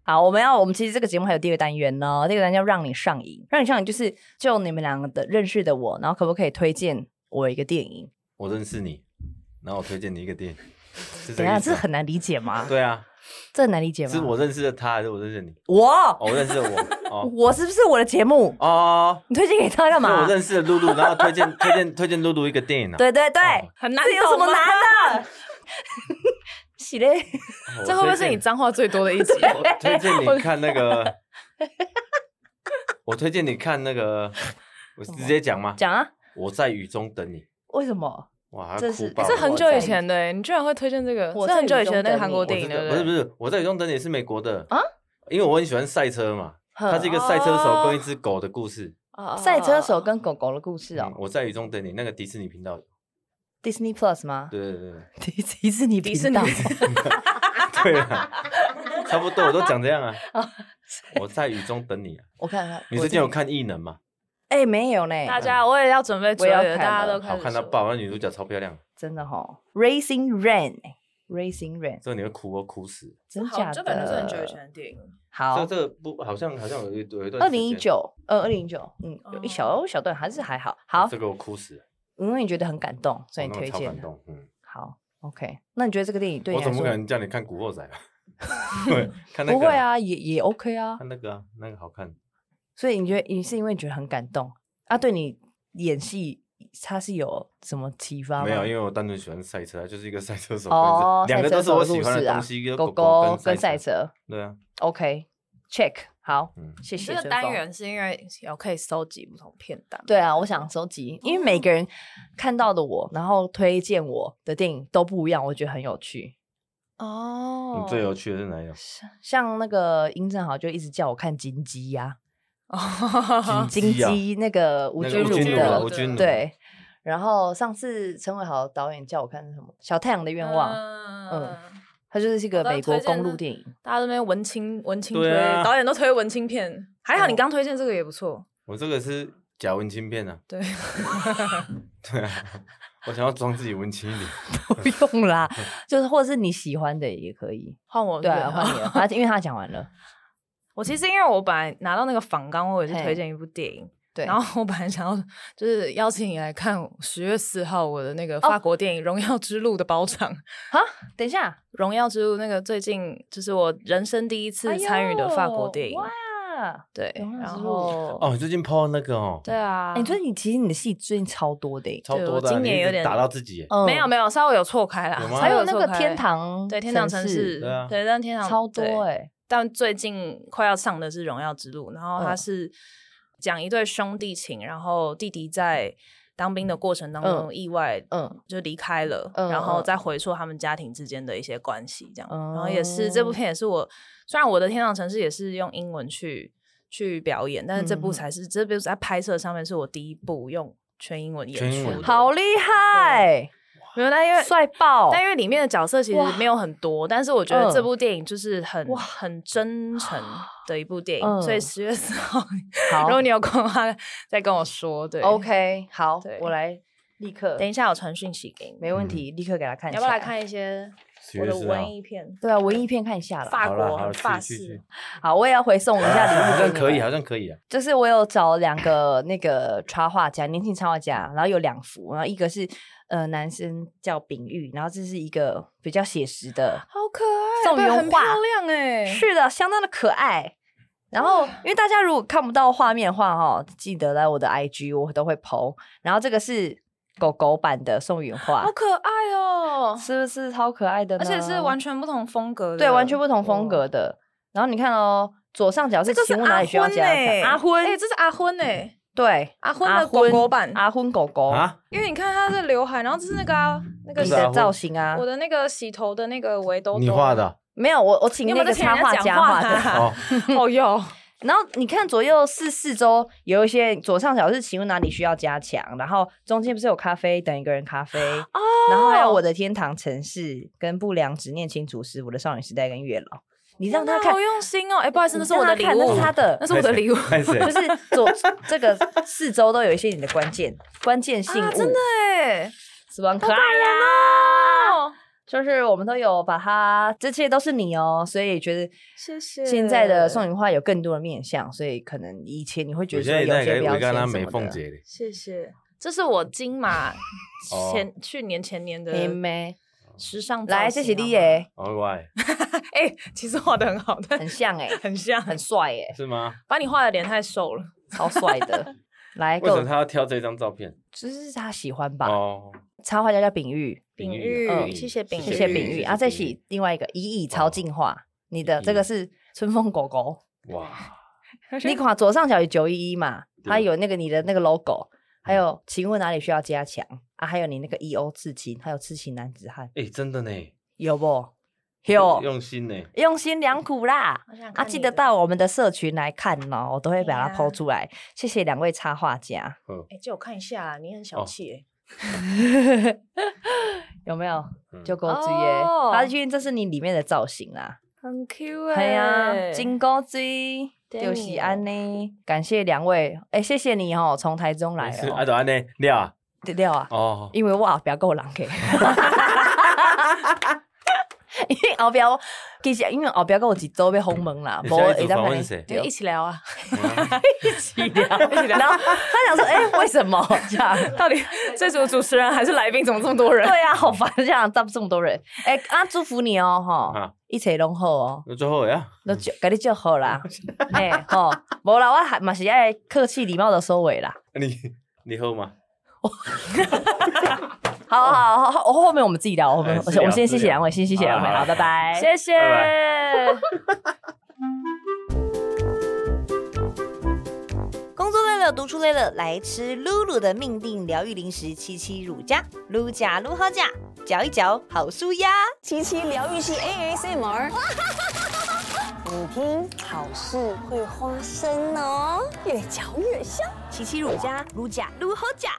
Speaker 1: 好，我们要，我们其实这个节目还有第二个单元呢，第二个单元叫让你上瘾，让你上瘾就是就你们两个的认识的我，然后可不可以推荐我一个电影？
Speaker 3: 我认识你，然后我推荐你一个电影，是
Speaker 1: 等
Speaker 3: 这
Speaker 1: 一
Speaker 3: 个
Speaker 1: 下，
Speaker 3: 意思
Speaker 1: 这
Speaker 3: 吗
Speaker 1: 很难理解吗？
Speaker 3: 对
Speaker 1: [laughs]
Speaker 3: 啊，
Speaker 1: 这很难理解吗？
Speaker 3: 是我认识的他还是我认识你？
Speaker 1: 我
Speaker 3: 哦，我认识的
Speaker 1: [laughs]
Speaker 3: 我哦
Speaker 1: 我是不是我的节目？
Speaker 3: 哦，
Speaker 1: 你推荐给他干
Speaker 3: 是
Speaker 1: 嘛
Speaker 3: [laughs] 我？认识的露露，然后推荐推荐推荐露露一个电影啊，
Speaker 1: 对对对，
Speaker 3: 哦
Speaker 2: 很难
Speaker 1: 这有什么
Speaker 2: 懂吗
Speaker 3: [laughs]
Speaker 1: 难的？喜嘞，
Speaker 3: 我
Speaker 2: 这会不会
Speaker 3: 推
Speaker 2: 是你
Speaker 3: 荐
Speaker 2: 脏话最多的一集？ [laughs]
Speaker 3: 我推荐你看
Speaker 1: [laughs]
Speaker 3: 那个，我推荐你看那个，我直接讲吗？
Speaker 1: 讲啊，
Speaker 3: 我在雨中等你，
Speaker 1: 为什么？
Speaker 3: 哇，
Speaker 1: 这
Speaker 3: 他
Speaker 1: 是
Speaker 3: 哭爆了！
Speaker 2: 这很久以
Speaker 3: 我在
Speaker 2: 前的欸，你居然会推荐这个？
Speaker 1: 我
Speaker 2: 这很
Speaker 1: 在
Speaker 2: 久
Speaker 1: 雨
Speaker 2: 以前的那
Speaker 1: 中
Speaker 2: 个
Speaker 1: 等
Speaker 2: 韩国
Speaker 1: 你
Speaker 2: 电影，对
Speaker 3: 我知道
Speaker 2: 不
Speaker 3: 不是不
Speaker 2: 对？
Speaker 3: 是，我在雨中等你是美国的
Speaker 1: 啊，嗯
Speaker 3: 因为我很喜欢赛车嘛，
Speaker 1: 哼
Speaker 3: 它是一个赛车
Speaker 1: 哦
Speaker 3: 手跟一只狗的故事。
Speaker 2: 哦
Speaker 1: 赛车手跟狗狗的故事
Speaker 3: 嗯
Speaker 1: 哦
Speaker 3: 我在雨中等你，那个迪士尼频道
Speaker 1: [laughs]
Speaker 3: 有，
Speaker 1: ，Disney Plus 吗？
Speaker 3: 对对对对
Speaker 1: 迪迪士尼
Speaker 2: 迪士
Speaker 1: 频
Speaker 2: 尼
Speaker 1: 道，
Speaker 3: 对啊， [laughs] 差不多我都讲这
Speaker 1: [laughs]
Speaker 3: 样啊。我在雨中等你啊！
Speaker 1: [laughs] 我看看，哦我
Speaker 3: 你最近有看《异能》吗？
Speaker 1: 哎没有呢？
Speaker 2: 大家，我也要准备追
Speaker 1: 我也要
Speaker 2: 了，
Speaker 1: 看
Speaker 2: 大家
Speaker 1: 了
Speaker 2: 都开
Speaker 3: 好
Speaker 2: 始
Speaker 3: 看到
Speaker 2: 说
Speaker 3: 爆，那女主角超漂亮，
Speaker 1: 真的哈，Racing Rain，Racing Rain，
Speaker 3: 这个你会哭，我哭死。
Speaker 1: 真
Speaker 2: 好
Speaker 1: 假的？
Speaker 2: 就感觉是很久以前的电影。
Speaker 1: 好
Speaker 3: 这，这个不好像好像有一有一段
Speaker 1: 二
Speaker 3: 时间
Speaker 1: 零一，九，呃，二零一九，嗯，有一小小段还是还好。好嗯
Speaker 3: 这，个我哭死了，
Speaker 1: 因为你觉得很感动，所以
Speaker 3: 我
Speaker 1: 你
Speaker 3: 那
Speaker 1: 推
Speaker 3: 个超
Speaker 1: 荐
Speaker 3: 感
Speaker 1: 的。
Speaker 3: 动。嗯，
Speaker 1: 好，OK，那你觉得这个电影对你
Speaker 3: 我
Speaker 1: 来
Speaker 3: 怎么可
Speaker 1: 说， [laughs]
Speaker 3: 能叫你看《古惑仔》啊？对，看那个
Speaker 1: 不会，啊，也也 OK 啊。
Speaker 3: 看那个啊，那个好看。
Speaker 1: 所以你觉得你是因为觉得很感动啊？对你演戏，他是有什么启发吗？
Speaker 3: 没有，因为我单纯喜欢赛车，就是一个 [laughs] 赛车手。
Speaker 1: 哦，
Speaker 3: 两个
Speaker 1: 赛
Speaker 3: 都
Speaker 1: 车
Speaker 3: 是我
Speaker 1: 手
Speaker 3: 喜欢
Speaker 1: 入室
Speaker 3: 的
Speaker 1: 啊
Speaker 3: 东西，就
Speaker 1: 狗
Speaker 3: 狗
Speaker 1: 跟赛
Speaker 3: 赛。
Speaker 1: 车。
Speaker 3: 对啊，
Speaker 1: OK，check，好
Speaker 3: 嗯，
Speaker 1: 谢谢。
Speaker 2: 这个单。元是因为有可以搜集不同片单，
Speaker 1: 对啊，我想收集，因为每个人看到的我，然后推荐我的电影都不一样，我觉得很有趣。
Speaker 2: 哦
Speaker 3: 你，最嗯有趣的是哪一种？
Speaker 1: 像像那个殷正豪就一直叫我看金鸡呀、
Speaker 2: 哦，
Speaker 1: 金
Speaker 3: 啊
Speaker 1: 鸡那个吴
Speaker 3: 那
Speaker 1: 君
Speaker 3: 个
Speaker 1: 如
Speaker 3: 吴君如啊，
Speaker 1: 的
Speaker 3: 吴
Speaker 2: 嗯
Speaker 3: 君如，
Speaker 1: 对。然后上次陈伟豪导演叫我看什么《小太阳的愿望》
Speaker 2: 嗯，
Speaker 1: 它就是一个
Speaker 2: 我刚
Speaker 1: 美国
Speaker 2: 推荐
Speaker 1: 公路
Speaker 2: 的
Speaker 1: 电影。 [laughs]
Speaker 2: 大家这边文青文青推
Speaker 3: 对啊，
Speaker 2: 导演都推文青片，还好你
Speaker 1: 哦
Speaker 2: 刚推荐这个也不错，
Speaker 3: 我这个是假文青片啊。
Speaker 2: 对， [laughs]
Speaker 3: 对啊，我想要装自己文青一
Speaker 1: [laughs]
Speaker 3: 点。
Speaker 1: 不用啦，
Speaker 2: 嗯
Speaker 1: 就是或者是你喜欢的也可以。
Speaker 2: 换我
Speaker 1: 对啊，
Speaker 2: 了
Speaker 1: 换你了，他因为他讲完了。
Speaker 2: [laughs] 我其实因为我本来拿到那个访纲，我也是
Speaker 1: 嘿
Speaker 2: 推荐一部电影。
Speaker 1: 对，
Speaker 2: 然后我本来想要就是邀请你来看十月四号我的那
Speaker 1: 哦
Speaker 2: 个法国电影《荣耀之路》的包场，《
Speaker 1: 啊，等一下，
Speaker 2: 荣耀之路》那个最近就是我人生第一次参与的法国电影，
Speaker 1: 哎呦哇！
Speaker 2: 对，
Speaker 1: 荣耀
Speaker 2: 然
Speaker 1: 之路
Speaker 2: 后 [laughs]
Speaker 3: 哦，你最近抛那个哦，
Speaker 2: 对啊，
Speaker 1: 哎你最近其实你的戏最近超多的耶，
Speaker 3: 超
Speaker 2: 对
Speaker 3: 多
Speaker 2: 我
Speaker 3: 的啊，
Speaker 2: 今
Speaker 3: 你
Speaker 2: 年
Speaker 3: 一
Speaker 2: 有
Speaker 3: 直
Speaker 2: 点
Speaker 3: 打到自己耶。
Speaker 1: 嗯
Speaker 2: 没有没有稍微有错开啦，
Speaker 3: 有吗
Speaker 1: 还
Speaker 2: 稍微
Speaker 1: 有
Speaker 2: 有
Speaker 1: 那
Speaker 2: 错
Speaker 1: 个
Speaker 2: 开
Speaker 1: 天堂，
Speaker 2: 对天堂城市，
Speaker 3: 对啊
Speaker 2: 对，但天堂
Speaker 1: 超多
Speaker 2: 对
Speaker 1: 哎，
Speaker 2: 但最近快要上的是《荣耀之路》，然后它
Speaker 1: 嗯
Speaker 2: 是讲一对兄弟情，然后弟弟在当兵的过程当
Speaker 1: 嗯
Speaker 2: 中意外，
Speaker 1: 嗯
Speaker 2: 就离开了，
Speaker 1: 嗯
Speaker 2: 然后
Speaker 1: 嗯
Speaker 2: 再回溯他们家庭之间的一些关系，这样。
Speaker 1: 哦
Speaker 2: 然后也是这部片也是我，虽然我的《天堂城市》也是用英文去去表演，但是这
Speaker 1: 嗯
Speaker 2: 部
Speaker 1: 嗯
Speaker 2: 才是、这部在拍摄上面是我第一部用全英文演
Speaker 3: 全英
Speaker 2: 出
Speaker 3: 文
Speaker 2: 的，
Speaker 1: 好厉害，
Speaker 2: 没有，但因为
Speaker 1: 帅爆！
Speaker 2: 但因为里面的角色其实
Speaker 1: 哇
Speaker 2: 没有很多，但是我觉得
Speaker 1: 嗯
Speaker 2: 这部电影就是很、
Speaker 1: 哇
Speaker 2: 很真诚的一部电影，
Speaker 1: 嗯
Speaker 2: 所以十月四号，
Speaker 1: 好
Speaker 2: 如果你有空的话，再跟我说。对
Speaker 1: OK，好
Speaker 2: 对，
Speaker 1: 我来立刻
Speaker 2: 等，一下我传讯息给你，
Speaker 1: 没
Speaker 3: 嗯
Speaker 1: 问题，啊立刻给他看。
Speaker 2: 你要不要来？看一些
Speaker 3: 十
Speaker 2: 我
Speaker 3: 月
Speaker 2: 的
Speaker 3: 四号
Speaker 2: 文，艺片？
Speaker 1: 对啊，文艺片看一下了。
Speaker 2: 法
Speaker 3: 好了
Speaker 2: 国
Speaker 3: 好了，
Speaker 2: 法
Speaker 3: 去去
Speaker 2: 式
Speaker 3: 去，
Speaker 1: 好，我也要回送一下礼物。
Speaker 3: 啊好
Speaker 1: [laughs]
Speaker 3: 像可以，好像可以啊。
Speaker 1: 就是我有找两个那个插画家，年轻插画家，然后有两幅，然后一个是呃男生叫丙玉，然后这是一个比较写实的，
Speaker 2: 好可爱，哦
Speaker 1: 宋
Speaker 2: 对
Speaker 1: 元
Speaker 2: 很漂
Speaker 1: 化
Speaker 2: 亮哎、
Speaker 1: 是的，相当的可爱。然
Speaker 2: 哦
Speaker 1: 后，因为大家如果看不到画面的话，哈，记得来我的 IG，我都会 PO。然后这个是狗狗版的宋允画
Speaker 2: 好，可爱哦、
Speaker 1: 是不是超可爱的呢？
Speaker 2: 而且是完全不同风格的，
Speaker 1: 对完全不同风
Speaker 2: 哇。
Speaker 1: 格的。然后你看哦，左上角
Speaker 2: 这
Speaker 1: 是
Speaker 2: 个是
Speaker 1: 请问哪
Speaker 2: 阿
Speaker 1: 里需要
Speaker 2: 昏
Speaker 1: 加强
Speaker 2: 哎、
Speaker 1: 阿
Speaker 2: 昏哎、这是阿昏哎、
Speaker 1: 对，
Speaker 2: 阿昏的狗狗版
Speaker 1: 阿昏狗狗，
Speaker 3: 啊，
Speaker 2: 因为你看他的刘海，然后这是那个、啊、那个
Speaker 1: 你
Speaker 3: 这是阿
Speaker 1: 的
Speaker 3: 昏
Speaker 1: 造型啊，
Speaker 2: 我的那个洗头的那个围兜兜，
Speaker 3: 你画的啊
Speaker 1: 没有，我我请
Speaker 2: 你有没
Speaker 1: 那
Speaker 2: 有
Speaker 1: 个
Speaker 2: 在听人
Speaker 1: 插画
Speaker 2: 家
Speaker 1: 家
Speaker 2: 讲
Speaker 1: 画
Speaker 2: 话
Speaker 1: 的。
Speaker 2: 啊？
Speaker 3: 哦，
Speaker 2: [laughs]
Speaker 1: [laughs]
Speaker 2: 哦哟，
Speaker 1: 然后你看左右四四周有一些左上角是请问哪里需要加强，然后中间不是有咖啡等一个人咖啡，
Speaker 2: 哦
Speaker 1: 然后还有我的天堂城市跟不良执念清除师，我的少女时代跟月老，你让他
Speaker 2: 那
Speaker 1: 看
Speaker 2: 好，用心哦。哎，不好意思，那是我的
Speaker 1: 你
Speaker 2: 礼
Speaker 1: 让他看那
Speaker 2: 物哦
Speaker 1: 是，他的
Speaker 2: 那，是我
Speaker 1: [laughs]
Speaker 2: 的礼物。
Speaker 3: 开始，
Speaker 1: 就
Speaker 3: 开始
Speaker 1: 是左这个四周都有一些你的关键关键性物，
Speaker 2: 啊，真的欸哎，
Speaker 1: 是吧？很可爱啊呀、
Speaker 2: 哦，
Speaker 1: 就是我们都有把它，这些都是你哦，所以觉得
Speaker 2: 谢谢。
Speaker 1: 现在的宋云画有更多的面相，所以可能以前你会觉
Speaker 3: 我
Speaker 1: 得
Speaker 3: 现
Speaker 1: 说
Speaker 3: 在
Speaker 1: 有
Speaker 3: 也在
Speaker 1: 些
Speaker 3: 给
Speaker 1: 标签
Speaker 3: 维甘
Speaker 1: 什
Speaker 3: 拉
Speaker 1: 么
Speaker 3: 美
Speaker 1: 的
Speaker 3: 凤姐嘞，
Speaker 2: 谢谢，这是我金马
Speaker 3: 哦
Speaker 2: 前去年前年的
Speaker 1: 妹妹，
Speaker 2: 时尚造型。
Speaker 1: 来谢谢你
Speaker 2: 好
Speaker 1: 耶，
Speaker 3: 哦
Speaker 1: [laughs]
Speaker 3: 喂，
Speaker 2: 吗哎，其实画的很好，但
Speaker 1: 很像哎、
Speaker 2: 很像，
Speaker 1: 很帅哎、
Speaker 3: 是吗？
Speaker 2: 把你画的脸太瘦了。
Speaker 1: 超帅的。来，
Speaker 3: 为
Speaker 1: 给
Speaker 3: 什么
Speaker 1: 我，
Speaker 3: 他要挑这张照片？
Speaker 1: 就是他喜欢吧。
Speaker 3: 哦，
Speaker 1: 插画家叫炳玉，
Speaker 2: 丙
Speaker 3: 玉
Speaker 2: 玉
Speaker 3: 啊，
Speaker 2: 谢谢丙玉
Speaker 1: 嗯谢谢炳玉。啊，再
Speaker 3: 炳
Speaker 1: 起另外一个一亿超进化，你的
Speaker 3: 哦一亿
Speaker 1: 这个是春风狗狗。
Speaker 3: 哇，
Speaker 1: 你看左上角有九一一嘛，
Speaker 3: 对嗯
Speaker 1: 它有那个你的那个 logo，还有请问哪里需要加强啊？还有你那个 E O 刺青，还有刺青男子汉，
Speaker 3: 哎，真的呢，
Speaker 1: 有不？有，
Speaker 3: 用心呢，
Speaker 1: 用心良苦啦。啊，记得
Speaker 2: 到。
Speaker 1: 到我们的社群来看哦，我都会把它
Speaker 2: 对啊
Speaker 1: 抛出来。谢谢两位插画家，
Speaker 3: 嗯
Speaker 2: 哎，借我看一下啊，你很
Speaker 3: 哦
Speaker 2: 小气哎。
Speaker 1: 有没有？
Speaker 3: 嗯
Speaker 1: 就钩子耶
Speaker 2: 哦，
Speaker 1: 发现这是你里面的造型啦。
Speaker 2: 很 Q 哎、
Speaker 1: 哎呀，金钩子就是安呢，感谢两位，哎，谢谢你哦，从台中来
Speaker 3: 没事啊，
Speaker 1: 哦，
Speaker 3: 就安呢，料啊，
Speaker 1: [laughs] 对料啊，
Speaker 3: 哦，
Speaker 1: 因为哇，不要够狼给。因为后边其实因为后边跟我一周被轰门啦，
Speaker 3: 你
Speaker 1: 无
Speaker 3: 下一
Speaker 1: 会
Speaker 3: 组
Speaker 1: 当
Speaker 3: 访
Speaker 1: 看
Speaker 3: 问
Speaker 1: 你
Speaker 3: 谁？
Speaker 2: 就一起聊啊，
Speaker 1: 然后他想说，哎、为什么这
Speaker 3: [laughs]
Speaker 1: 样？
Speaker 2: 啊 [laughs] 到底这组主持人还是来宾怎么这么多人？
Speaker 1: 对啊，好烦，这样这么这么多人。哎、啊，祝福你哦，
Speaker 3: 啊嗯
Speaker 1: 哈，一切拢好哦，
Speaker 3: 那最后呀，
Speaker 1: 都祝给你祝好
Speaker 3: [laughs]
Speaker 1: 啦。哎、吼，无啦，我还嘛是爱客气礼貌的收尾啦。
Speaker 3: 啊你你喝吗？
Speaker 1: 好好好，后后面我们自己聊，我们
Speaker 3: 哎
Speaker 1: 我
Speaker 3: 私聊
Speaker 1: 们先谢
Speaker 3: 私
Speaker 1: 谢
Speaker 3: 聊
Speaker 1: 两位，先谢谢两位，
Speaker 3: 好好
Speaker 1: 好，拜拜，
Speaker 2: 谢谢。
Speaker 3: 拜
Speaker 4: [laughs] 工作累了，读书累了，来吃露露的命定疗愈零食七七乳加，撸加撸好加，嚼一嚼好舒压。
Speaker 5: 七七疗愈系 ASMR。你听，好事会发生哦，越嚼越香。
Speaker 4: 七七乳加，撸加撸好加。